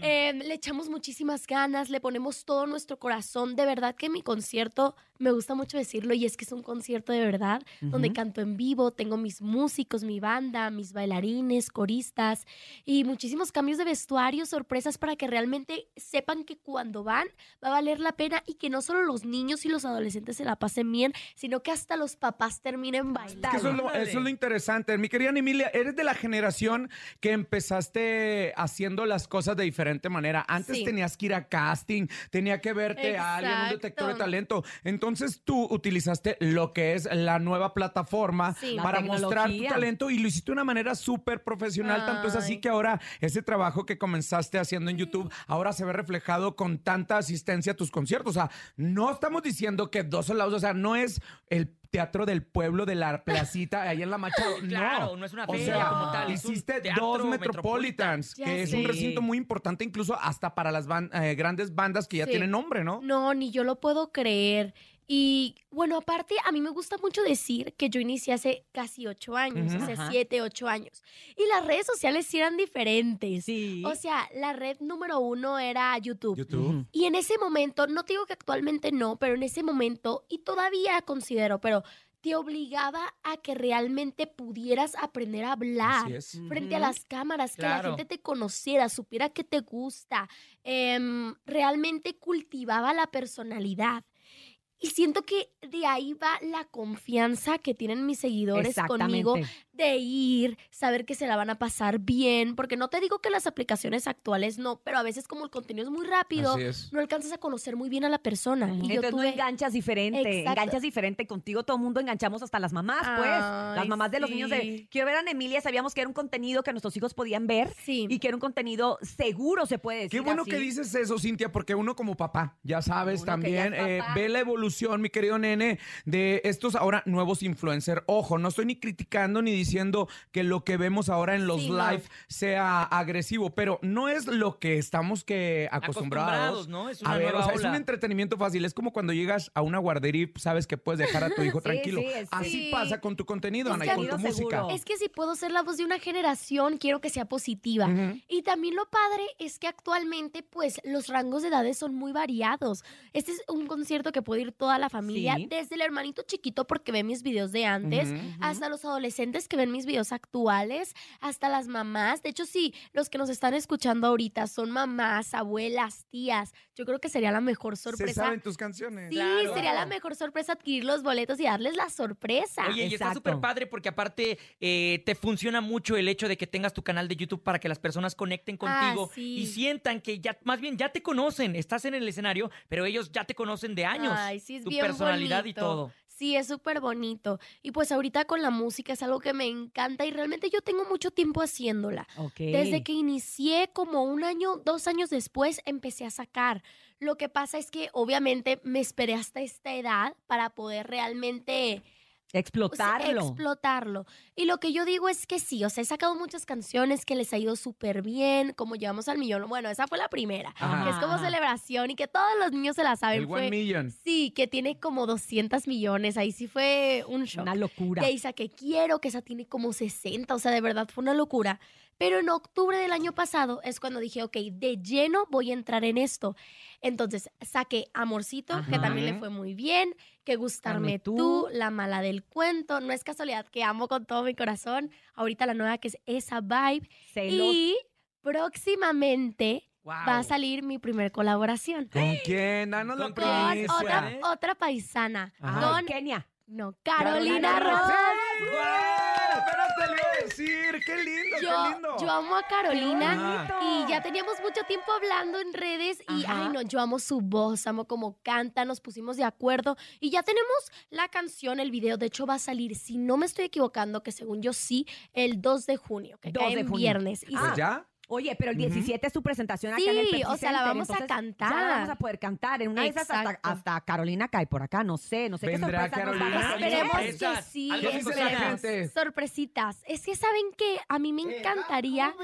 Speaker 9: eh, le echamos muchísimas ganas, le ponemos todo nuestro corazón. De verdad que mi concierto, me gusta mucho decirlo, y es que es un concierto de verdad, donde
Speaker 4: Ujú.
Speaker 9: canto en vivo, tengo mis músicos, mi banda, mis bailarines, coristas, y muchísimos cambios de vestuario, sorpresas para que realmente sepan que cuando van va a valer la pena y que no solo los niños y los adolescentes se la pasen bien, sino que hasta los papás terminen bailando.
Speaker 6: Que eso, es lo, eso es lo interesante. Mi querida Ana Emilia, eres de la generación que empezaste haciendo las cosas de diferente manera. Antes
Speaker 9: Sí.
Speaker 6: tenías que ir a casting, tenía que verte a alguien, un
Speaker 9: Exacto.
Speaker 6: detector de talento. Entonces tú utilizaste lo que es la nueva plataforma
Speaker 9: Sí. La
Speaker 6: para mostrar tu
Speaker 9: tecnología.
Speaker 6: talento y lo hiciste de una manera súper profesional. Tanto es así que ahora ese trabajo que comenzaste haciendo en YouTube ahora se ve reflejado con tanta asistencia a tus conciertos. O sea, no estamos diciendo que dos soldados, o sea, no es el teatro del pueblo de la placita ahí en la Machado.
Speaker 5: Claro,
Speaker 6: no,
Speaker 5: no es una
Speaker 6: O
Speaker 5: feria
Speaker 6: sea,
Speaker 5: como tal, es un
Speaker 6: Hiciste
Speaker 5: teatro
Speaker 6: dos
Speaker 5: Metropolitan.
Speaker 6: Metropolitans,
Speaker 9: Ya
Speaker 6: que es un
Speaker 9: sé.
Speaker 6: recinto muy importante incluso hasta para las ban- eh, grandes bandas que ya
Speaker 9: Sí.
Speaker 6: tienen nombre, ¿no?
Speaker 9: No, ni yo lo puedo creer. Y bueno, aparte, a mí me gusta mucho decir que yo inicié hace casi ocho años,
Speaker 10: Ujú.
Speaker 9: o sea,
Speaker 10: Ajá.
Speaker 9: siete, ocho años. Y las redes sociales sí eran diferentes. O sea, la red número uno era YouTube.
Speaker 10: YouTube.
Speaker 9: Y en ese momento, no te digo que actualmente no, pero en ese momento, y todavía considero, pero te obligaba a que realmente pudieras aprender a hablar
Speaker 10: Así es.
Speaker 9: frente a
Speaker 10: Ujú.
Speaker 9: las cámaras, que la
Speaker 10: Claro.
Speaker 9: gente te conociera, supiera que te gusta, em, realmente cultivaba la personalidad. Y siento que de ahí va la confianza que tienen mis seguidores conmigo
Speaker 4: Exactamente.
Speaker 9: de ir, saber que se la van a pasar bien, porque no te digo que las aplicaciones actuales no, pero a veces como el contenido es muy rápido,
Speaker 4: Así es.
Speaker 9: no alcanzas a conocer muy bien a la persona. Y yo
Speaker 4: Entonces no
Speaker 9: tuve-
Speaker 4: enganchas diferente,
Speaker 9: Exacto.
Speaker 4: enganchas diferente. Contigo todo mundo enganchamos hasta las mamás, pues. las
Speaker 9: Ay,
Speaker 4: mamás de los niños de
Speaker 9: sí.
Speaker 4: Quiero ver a Ana Emilia, sabíamos que era un contenido que nuestros hijos podían ver y que era un contenido seguro, se puede decir
Speaker 6: Qué bueno
Speaker 4: así.
Speaker 6: que dices eso, Cintia, porque uno como papá, ya sabes
Speaker 4: ya
Speaker 6: también,
Speaker 4: es
Speaker 6: eh,
Speaker 4: papá.
Speaker 6: ve la evolución, mi querido nene, de estos ahora nuevos influencers. Ojo, no estoy ni criticando ni diciendo que lo que vemos ahora en los
Speaker 5: Sí, no.
Speaker 6: live sea agresivo, pero no es lo que estamos que acostumbrados.
Speaker 5: Acostumbrados, ¿no? Es una
Speaker 6: a ver,
Speaker 5: nueva
Speaker 6: o sea, es
Speaker 5: ola.
Speaker 6: un entretenimiento fácil. Es como cuando llegas a una guardería y sabes que puedes dejar a tu hijo
Speaker 9: Sí,
Speaker 6: tranquilo.
Speaker 9: sí, es-
Speaker 6: Así
Speaker 9: sí.
Speaker 6: pasa con tu contenido,
Speaker 9: Es
Speaker 6: Ana, y
Speaker 9: que a
Speaker 6: con
Speaker 9: mí-
Speaker 6: tu música.
Speaker 9: Es que si puedo ser la voz de una generación, quiero que sea positiva. Y también lo padre es que actualmente, pues, los rangos de edades son muy variados. Este es un concierto que puede ir toda la familia,
Speaker 10: Sí.
Speaker 9: desde el hermanito chiquito porque ve mis videos de antes,
Speaker 10: Ujú, ujú.
Speaker 9: hasta los adolescentes que ven mis videos actuales, hasta las mamás. De hecho, sí, los que nos están escuchando ahorita son mamás, abuelas, tías. Yo creo que sería la mejor sorpresa.
Speaker 6: Se saben tus canciones.
Speaker 9: Sí, sería la mejor sorpresa adquirir los boletos y darles la sorpresa.
Speaker 5: Oye, y está súper padre porque aparte eh, te funciona mucho el hecho de que tengas tu canal de YouTube para que las personas conecten contigo
Speaker 9: Ah, sí.
Speaker 5: y sientan que ya, más bien ya te conocen, estás en el escenario, pero ellos ya te conocen de años.
Speaker 9: Ay, sí, es
Speaker 5: tu
Speaker 9: bien
Speaker 5: personalidad
Speaker 9: bonito.
Speaker 5: y todo.
Speaker 9: Sí, es súper bonito. Y pues ahorita con la música es algo que me encanta y realmente yo tengo mucho tiempo haciéndola.
Speaker 4: Ok.
Speaker 9: Desde que inicié como un año, dos años después, empecé a sacar. Lo que pasa es que obviamente me esperé hasta esta edad para poder realmente o sea,
Speaker 4: Explotarlo.
Speaker 9: explotarlo. Y lo que yo digo es que sí, o sea, he sacado muchas canciones que les ha ido súper bien, como llevamos al millón. Bueno, esa fue la primera,
Speaker 6: Ajá.
Speaker 9: que es como celebración y que todos los niños se la saben.
Speaker 6: El one
Speaker 9: fue-
Speaker 6: million.
Speaker 9: Sí, que tiene como 200 millones, ahí sí fue un shock.
Speaker 4: Una locura.
Speaker 9: Que Isa que quiero, que esa tiene como 60, o sea, de verdad fue una locura. Pero en octubre del año pasado es cuando dije, ok, de lleno voy a entrar en esto. Entonces saqué Amorcito, que
Speaker 10: Ajá.
Speaker 9: también le fue muy bien, que Gustarme
Speaker 10: Dame
Speaker 9: tú.
Speaker 10: tú.
Speaker 9: La Mala del Cuento, No es casualidad que amo con todo mi corazón. Ahorita la nueva que es Esa Vibe.
Speaker 4: Celos.
Speaker 9: Y próximamente
Speaker 4: Guau.
Speaker 9: va a salir mi primer colaboración.
Speaker 6: ¿Con quién? Danos la
Speaker 9: Con otra,
Speaker 6: primicia.
Speaker 9: otra paisana.
Speaker 6: Ajá.
Speaker 9: Con
Speaker 4: Kenia.
Speaker 9: No, Carolina,
Speaker 6: Carolina
Speaker 9: Ross.
Speaker 6: Ross. ¡Guau! Apenas te lo iba a decir. ¡Qué lindo,
Speaker 9: Yo,
Speaker 6: qué lindo!
Speaker 9: yo amo a Carolina
Speaker 6: Qué
Speaker 9: y ya teníamos mucho tiempo hablando en redes y
Speaker 10: Ajá.
Speaker 9: ay no, yo amo su voz, amo cómo canta, nos pusimos de acuerdo y ya tenemos la canción, el video, de hecho va a salir, si no me estoy equivocando, que según yo sí, el 2 de junio, que
Speaker 4: 2
Speaker 9: cae
Speaker 4: de
Speaker 9: en
Speaker 4: junio.
Speaker 9: viernes. Y
Speaker 4: Ah,
Speaker 9: sí.
Speaker 4: Oye, pero el
Speaker 9: Ujú.
Speaker 4: 17 es tu presentación acá en el
Speaker 9: Sí,
Speaker 4: Pepsi
Speaker 9: o sea, la
Speaker 4: Center,
Speaker 9: vamos a
Speaker 4: entonces
Speaker 9: cantar.
Speaker 4: Ya la vamos a poder cantar. En una de esas hasta,
Speaker 9: Exacto.
Speaker 4: hasta Carolina cae por acá. No sé, no sé qué
Speaker 6: ¿Vendrá
Speaker 4: sorpresa nos va a
Speaker 6: Carolina?
Speaker 4: dar.
Speaker 9: Esperemos que
Speaker 6: Sorpresas.
Speaker 9: sí.
Speaker 6: Algo que dice la
Speaker 9: esperemos.
Speaker 6: gente. eh,
Speaker 9: Sorpresitas. Es que saben que a mí me
Speaker 5: Eh,
Speaker 6: ah,
Speaker 9: encantaría,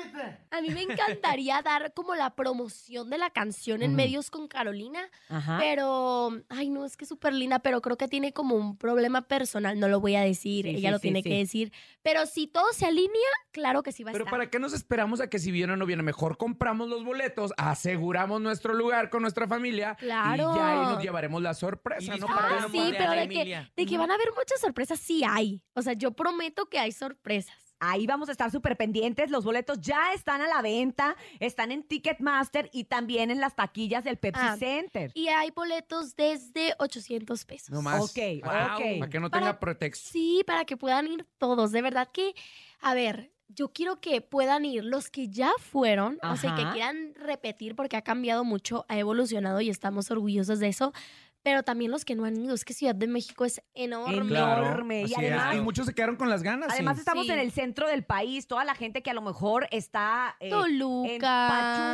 Speaker 9: a mí me encantaría dar como la promoción de la canción en
Speaker 10: Ujú.
Speaker 9: medios con Carolina,
Speaker 10: Ajá.
Speaker 9: pero, ay no, es que es súper linda, pero creo que tiene como un problema personal, no lo voy a decir,
Speaker 6: Sí,
Speaker 9: ella
Speaker 6: sí,
Speaker 9: lo
Speaker 6: sí,
Speaker 9: tiene
Speaker 6: sí.
Speaker 9: que decir, pero si todo se alinea, claro que pues, sí va a
Speaker 6: Pero
Speaker 9: estar.
Speaker 6: ¿para qué nos esperamos a que si viene o no viene? Mejor compramos los boletos, aseguramos nuestro lugar con nuestra familia
Speaker 9: Claro.
Speaker 6: y ya ahí nos llevaremos la sorpresa, ¿no? Para
Speaker 9: Ah,
Speaker 6: que no
Speaker 9: sí,
Speaker 6: pase.
Speaker 9: pero de que, de que van a haber muchas sorpresas, sí hay. O sea, yo prometo que hay sorpresas.
Speaker 4: Ahí vamos a estar súper pendientes. Los boletos ya están a la venta, están en Ticketmaster y también en las taquillas del Pepsi
Speaker 9: Ah,
Speaker 4: Center.
Speaker 9: Y hay boletos desde 800 pesos.
Speaker 6: No más.
Speaker 4: Ok,
Speaker 6: para,
Speaker 4: ok.
Speaker 6: Para que no
Speaker 9: Para-
Speaker 6: tenga pretexto.
Speaker 9: Sí, para que puedan ir todos. De verdad que, a ver, yo quiero que puedan ir los que ya fueron, o sea, que
Speaker 10: Ajá.
Speaker 9: quieran repetir porque ha cambiado mucho, ha evolucionado y estamos orgullosos de eso. Pero también los que no han ido, es que Ciudad de México es enorme.
Speaker 4: Enorme.
Speaker 6: Así
Speaker 4: y
Speaker 6: es.
Speaker 4: además,
Speaker 6: Y muchos se quedaron con las ganas. sí.
Speaker 4: Además estamos
Speaker 9: Sí.
Speaker 4: en el centro del país, toda la gente que a lo mejor está eh, en
Speaker 9: Toluca.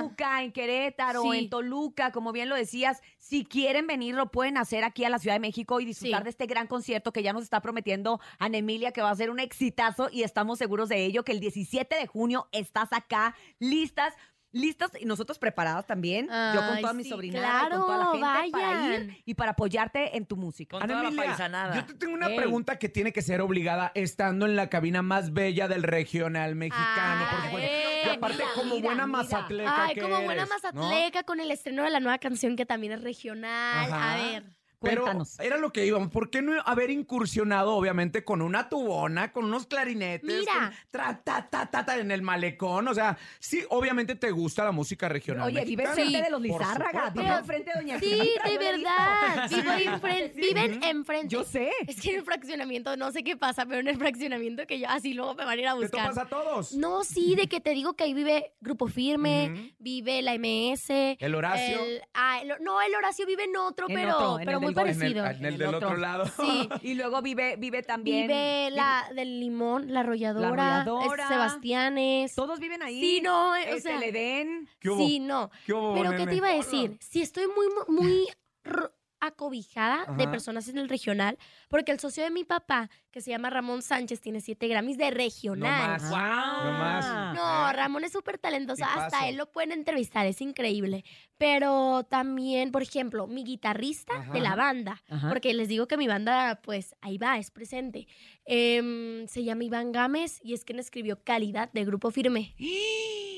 Speaker 4: Pachuca, en Querétaro,
Speaker 9: Sí.
Speaker 4: en Toluca, como bien lo decías, si quieren venir lo pueden hacer aquí a la Ciudad de México y disfrutar
Speaker 9: Sí.
Speaker 4: de este gran concierto que ya nos está prometiendo Ana Emilia que va a ser un exitazo y estamos seguros de ello que el 17 de junio estás acá listas Listas y nosotros preparadas también. Yo con
Speaker 9: Ay,
Speaker 4: toda mi
Speaker 9: sí,
Speaker 4: sobrina, con toda la gente
Speaker 9: claro,
Speaker 4: para
Speaker 9: vayan.
Speaker 4: ir y para apoyarte en tu música.
Speaker 6: Ana Emilia, Yo te tengo una pregunta que tiene que ser obligada estando en la cabina más bella del regional
Speaker 4: Ah,
Speaker 6: mexicano, por supuesto.
Speaker 9: Eh,
Speaker 6: Y aparte, como buena mazatleca.
Speaker 9: Ay,
Speaker 6: que
Speaker 9: como buena
Speaker 6: eres, ¿no?
Speaker 9: mazatleca con el estreno de la nueva canción que también es regional. A
Speaker 6: Ajá.
Speaker 9: ver.
Speaker 6: Pero era lo que íbamos. ¿Por qué no haber incursionado, obviamente, con una tubona, con unos clarinetes?
Speaker 9: Mira.
Speaker 6: con tra, ta, ta, ta, ta, en el malecón. O sea, sí, obviamente te gusta la música regional.
Speaker 4: Oye, vive
Speaker 6: mexicana.
Speaker 4: enfrente de los
Speaker 6: Por
Speaker 4: Lizárraga,
Speaker 6: supuesto.
Speaker 4: vive enfrente de Doña
Speaker 9: Sí,
Speaker 4: Juanita,
Speaker 9: de
Speaker 4: yo la he visto.
Speaker 9: verdad. Vivo
Speaker 4: Sí.
Speaker 9: enfren-
Speaker 4: Sí.
Speaker 9: Viven enfrente.
Speaker 4: Yo sé.
Speaker 9: Es que en el fraccionamiento, no sé qué pasa, pero en el fraccionamiento que yo así luego me van a ir a
Speaker 6: ¿Te
Speaker 9: buscar.
Speaker 6: topas a todos?
Speaker 9: No, sí, de que te digo que ahí vive Grupo Firme, vive la MS.
Speaker 6: ¿El Horacio?
Speaker 9: el- ah, el- no, el Horacio vive en otro,
Speaker 6: En
Speaker 9: pero,
Speaker 6: otro, en
Speaker 9: pero
Speaker 6: el
Speaker 9: muy
Speaker 6: del gol. En el-
Speaker 9: parecido.
Speaker 6: en el En el del otro. otro lado.
Speaker 9: Sí.
Speaker 4: Y luego vive, vive también.
Speaker 9: Vive la del limón, la arrolladora,
Speaker 4: La
Speaker 9: el
Speaker 4: Arrolladora.
Speaker 9: Sebastianes.
Speaker 4: Todos viven ahí.
Speaker 9: Sí, no, eh, o
Speaker 4: Este,
Speaker 9: sea.
Speaker 4: el Edén.
Speaker 6: ¿Qué hubo?
Speaker 9: Sí, no.
Speaker 6: ¿Qué hubo,
Speaker 9: Pero ¿qué
Speaker 6: nene?
Speaker 9: te iba a decir? Si estoy muy, muy ro- acobijada de
Speaker 6: Ajá.
Speaker 9: personas en el regional, porque el socio de mi papá, que se llama Ramón Sánchez, tiene 7 Grammys de regional.
Speaker 6: No más.
Speaker 4: Ah.
Speaker 6: No más.
Speaker 9: No, Ramón es súper talentoso.
Speaker 6: Tipazo.
Speaker 9: Hasta él lo pueden entrevistar, es increíble. Pero también, por ejemplo, mi guitarrista
Speaker 10: Ajá.
Speaker 9: de la banda,
Speaker 10: Ajá.
Speaker 9: porque les digo que mi banda, pues ahí va, es presente. Em, se llama Iván Gámez y es quien escribió Calidad de Grupo Firme.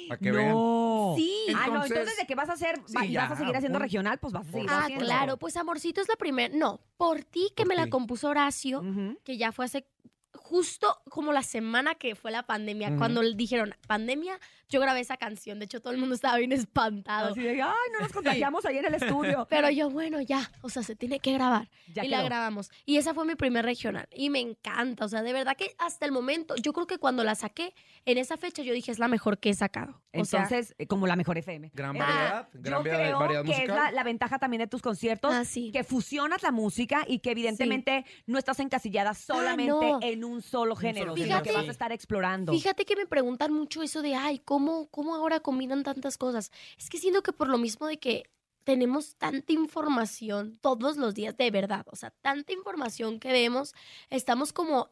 Speaker 6: Para que vean.
Speaker 5: no.
Speaker 4: Sí. ah, no, entonces de que vas a hacer,
Speaker 9: Sí,
Speaker 4: va- y
Speaker 9: ya,
Speaker 4: vas a seguir haciendo
Speaker 9: un-
Speaker 4: regional, pues vas a seguir
Speaker 9: Ah,
Speaker 4: haciendo.
Speaker 9: claro, pues Amorcito es la primera. No, por ti que me la compuso Horacio, que ya fue hace justo como la semana que fue la pandemia,
Speaker 4: Ujú.
Speaker 9: cuando le dijeron pandemia, yo grabé esa canción. De hecho, todo el mundo estaba bien
Speaker 6: Ah,
Speaker 9: espantado.
Speaker 4: Así de, ay, no nos contagiamos ahí en el estudio.
Speaker 9: Pero yo, bueno, ya, o sea, se tiene que grabar.
Speaker 4: Ya
Speaker 9: y la
Speaker 4: quedó.
Speaker 9: grabamos. Y esa fue mi primer regional. Y me encanta, o sea, de verdad que hasta el momento, yo creo que cuando la saqué, en esa fecha yo dije, es la mejor que he sacado. O sea,
Speaker 4: Entonces, eh, como la mejor FM.
Speaker 6: Gran
Speaker 4: Eh,
Speaker 6: variedad,
Speaker 4: yo
Speaker 6: gran variedad-
Speaker 4: creo
Speaker 6: variedad
Speaker 4: que es la,
Speaker 6: musical.
Speaker 4: la ventaja también de tus conciertos,
Speaker 9: Ah,
Speaker 4: que fusionas la música y que evidentemente no estás encasillada solamente
Speaker 9: Ah, no.
Speaker 4: en un solo género, sino
Speaker 9: Fíjate-
Speaker 4: que vas a estar explorando.
Speaker 9: Fíjate que me preguntan mucho eso de, ay, ¿cómo, ¿cómo ahora combinan tantas cosas? Es que siento que por lo mismo de que tenemos tanta información todos los días, de verdad, o sea, tanta información que vemos, estamos como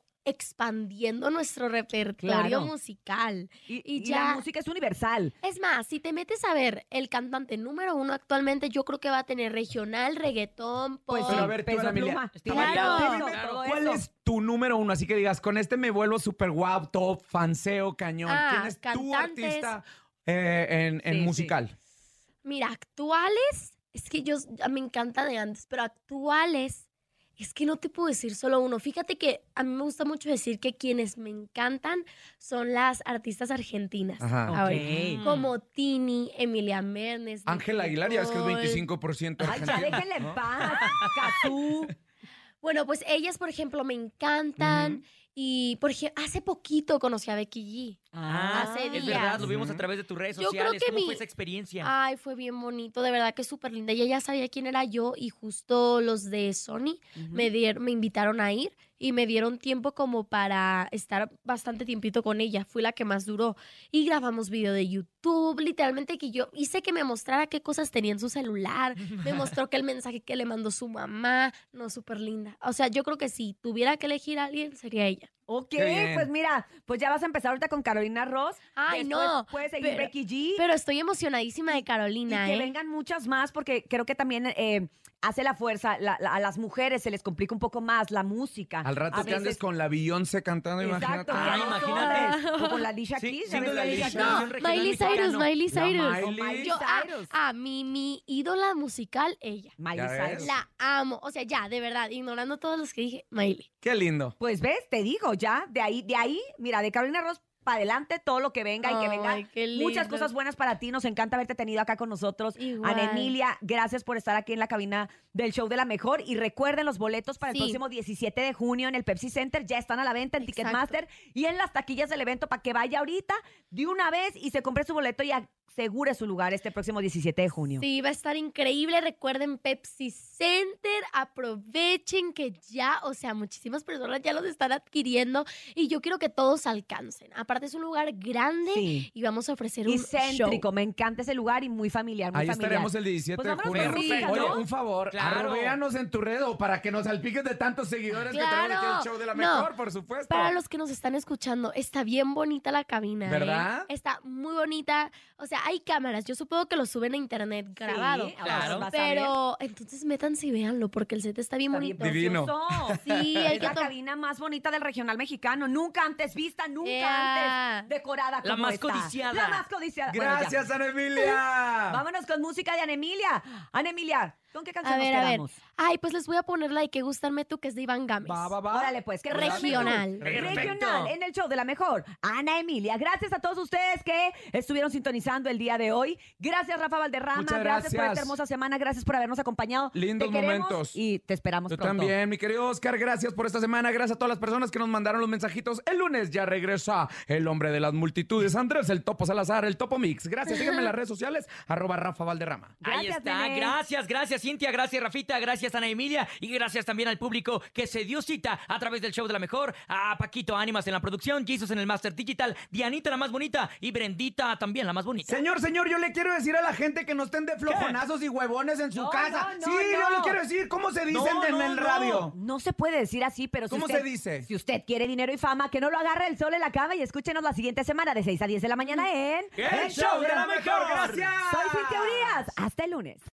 Speaker 9: expandiendo nuestro repertorio
Speaker 4: Claro.
Speaker 9: musical. Y,
Speaker 4: y la música es universal.
Speaker 9: Es más, si te metes a ver el cantante número uno actualmente, yo creo que va a tener regional, reggaetón, pop.
Speaker 6: Pero a ver, tú, Ana Emilia, está
Speaker 9: Claro.
Speaker 6: variado. Dime,
Speaker 9: Claro.
Speaker 6: ¿Cuál es tu número uno? Así que digas, con este me vuelvo super guau, top, fanseo, cañón.
Speaker 9: Ah,
Speaker 6: ¿Quién es tu
Speaker 9: cantantes.
Speaker 6: artista eh, en, en
Speaker 9: Sí, sí.
Speaker 6: musical?
Speaker 9: Mira, actuales, es que yo a- me encanta de antes, pero actuales, es que no te puedo decir solo uno. Fíjate que a mí me gusta mucho decir que quienes me encantan son las artistas argentinas.
Speaker 6: Ajá.
Speaker 4: Oh,
Speaker 9: Ahora,
Speaker 5: Mm,
Speaker 6: Ok.
Speaker 9: Como Tini, Emilia Mernes.
Speaker 6: Ángel
Speaker 9: Nicole
Speaker 6: Aguilar, ya es que es
Speaker 9: Cole.
Speaker 6: 25% argentino. ¿no?
Speaker 9: paz, Cazú. Bueno, pues ellas, por ejemplo, me encantan. Y, por ejemplo, hace poquito conocí a Becky G. Ah, hace días.
Speaker 5: Es verdad, lo vimos a través de tus redes
Speaker 9: Yo creo
Speaker 5: sociales.
Speaker 9: que
Speaker 5: ¿Cómo
Speaker 9: mi-
Speaker 5: fue esa experiencia?
Speaker 9: Ay, fue bien bonito, de verdad que súper linda. Ella ya sabía quién era yo y justo los de Sony me, dieron, me invitaron a ir y me dieron tiempo como para estar bastante tiempito con ella. Fui la que más duró y grabamos video de YouTube, literalmente que yo hice que me mostrara qué cosas tenía en su celular, me mostró que el mensaje que le mandó su mamá, no, súper linda. O sea, yo creo que si tuviera que elegir a alguien, sería ella.
Speaker 4: Ok,
Speaker 9: Qué bien.
Speaker 4: pues mira, pues ya vas a empezar ahorita con Carolina Ross.
Speaker 9: Ay,
Speaker 4: Después
Speaker 9: no,
Speaker 4: Puedes seguir
Speaker 9: pero-
Speaker 4: Becky G.
Speaker 9: Pero estoy emocionadísima de
Speaker 4: Y
Speaker 9: Carolina,
Speaker 4: que
Speaker 9: ¿eh?
Speaker 4: vengan muchas más, porque creo que también eh, hace la fuerza. la- la- a las mujeres se les complica un poco más la música.
Speaker 6: Al rato
Speaker 4: A
Speaker 6: que andes
Speaker 4: veces-
Speaker 6: con la Beyoncé cantando,
Speaker 4: Exacto,
Speaker 6: imagínate.
Speaker 4: que andes sola, O con la Alicia
Speaker 6: Ah, Sí,
Speaker 4: Keys. ya
Speaker 6: siendo
Speaker 4: ves
Speaker 6: la
Speaker 4: que
Speaker 6: Alicia
Speaker 4: Alicia
Speaker 6: Keys.
Speaker 4: Keys.
Speaker 9: Miley Cyrus, Miley
Speaker 6: La
Speaker 9: Cyrus.
Speaker 6: Miley.
Speaker 4: Miley
Speaker 9: Yo, a- A, mí, mi ídola musical, ella.
Speaker 4: Miley
Speaker 6: ves. Cyrus.
Speaker 9: La amo. O sea, ya, de verdad, ignorando todos los que dije, Miley.
Speaker 6: Qué lindo.
Speaker 4: Pues ves, te digo ya, de ahí, de ahí, mira, de Carolina Ross para adelante todo lo que venga y que
Speaker 9: Ay,
Speaker 4: venga
Speaker 9: qué
Speaker 4: muchas
Speaker 9: lindo.
Speaker 4: cosas buenas para ti. Nos encanta haberte tenido acá con nosotros.
Speaker 9: Igual.
Speaker 4: Ana Emilia, gracias por estar aquí en la cabina del show de la mejor. Y recuerden los boletos para
Speaker 9: Sí.
Speaker 4: el próximo 17 de junio en el Pepsi Center. Ya están a la venta en Ticketmaster y en las taquillas del evento para que vaya ahorita de una vez y se compre su boleto y asegure su lugar este próximo 17 de junio.
Speaker 9: Sí, va a estar increíble. Recuerden Pepsi Center. Aprovechen que ya, o sea, muchísimas personas ya los están adquiriendo y yo quiero que todos alcancen. Aparte es un lugar grande
Speaker 4: Sí.
Speaker 9: y vamos a ofrecer
Speaker 4: Y
Speaker 9: un
Speaker 4: céntrico,
Speaker 9: show.
Speaker 4: me encanta ese lugar y muy familiar, muy
Speaker 6: Ahí
Speaker 4: familiar.
Speaker 6: estaremos el 17
Speaker 4: Pues
Speaker 6: de
Speaker 4: vámonos
Speaker 6: junio.
Speaker 4: con música,
Speaker 6: Oye,
Speaker 4: ¿no?
Speaker 6: un favor,
Speaker 4: Claro.
Speaker 6: arrobeanos en tu red o para que nos salpiques de tantos seguidores que tenemos aquí en el show de la
Speaker 9: No.
Speaker 6: mejor, por supuesto.
Speaker 9: Para los que nos están escuchando, está bien bonita la cabina. ¿eh?
Speaker 6: ¿Verdad?
Speaker 9: Está muy bonita. O sea, hay cámaras. Yo supongo que lo suben a internet grabado.
Speaker 4: claro. vas a ver.
Speaker 9: Pero entonces métanse y véanlo, porque el set está bien bonito.
Speaker 6: Divino.
Speaker 4: precioso.
Speaker 9: Sí, hay
Speaker 4: es
Speaker 9: que
Speaker 4: la
Speaker 9: tom-
Speaker 4: cabina más bonita del regional mexicano. Nunca antes vista, nunca
Speaker 9: Ea.
Speaker 4: antes decorada
Speaker 9: La
Speaker 4: como
Speaker 9: más
Speaker 4: esta.
Speaker 9: codiciada.
Speaker 4: La más codiciada.
Speaker 6: Gracias, Ana Emilia.
Speaker 4: Vámonos con música de Ana Emilia. Ana Emilia, ¿con qué canción
Speaker 9: A ver,
Speaker 4: nos
Speaker 9: a ver.
Speaker 4: quedamos?
Speaker 9: Ay, pues les voy a poner la de que gustarme tú, que es de Iván Gámez.
Speaker 4: Órale, pues, que
Speaker 9: Regional.
Speaker 4: Regional, en el show de la mejor. Ana Emilia, gracias a todos ustedes que estuvieron sintonizando el día de hoy. Gracias, Rafa Valderrama.
Speaker 6: Muchas
Speaker 4: por
Speaker 6: gracias.
Speaker 4: esta hermosa semana. Gracias por habernos acompañado.
Speaker 6: Lindos
Speaker 4: Te queremos
Speaker 6: momentos.
Speaker 4: Y te esperamos
Speaker 6: Tú
Speaker 4: pronto.
Speaker 6: también, mi querido Oscar, gracias por esta semana. Gracias a todas las personas que nos mandaron los mensajitos. El lunes ya regresa el hombre de las multitudes, Andrés, el Topo Salazar, el Topo Mix. Gracias, síganme en las redes sociales, arroba Rafa Valderrama.
Speaker 5: Ahí está. Gracias, gracias Cintia, gracias Rafita, gracias Ana Emilia y gracias también al público que se dio cita a través del show de la mejor, a Paquito Ánimas en la producción, Jesus en el Master Digital, Dianita la más bonita y Brendita también la más bonita.
Speaker 6: Señor, señor, yo le quiero decir a la gente que no estén de flojonazos y huevones en su
Speaker 5: No,
Speaker 6: casa.
Speaker 5: no, no,
Speaker 6: sí,
Speaker 5: no.
Speaker 6: yo lo quiero decir. ¿Cómo se dicen
Speaker 5: No,
Speaker 6: en
Speaker 5: no,
Speaker 6: el
Speaker 5: no.
Speaker 6: radio?
Speaker 4: No se puede decir así, pero si
Speaker 6: ¿Cómo
Speaker 4: usted-
Speaker 6: se dice?
Speaker 4: Si usted quiere dinero y fama, que no lo agarre el sol en la cama y escúchenos la siguiente semana de
Speaker 6: Mm.
Speaker 4: 6 a 10 de la mañana en...
Speaker 1: ¡El show de la mejor!
Speaker 4: Soy Cintia Urias. Hasta el lunes.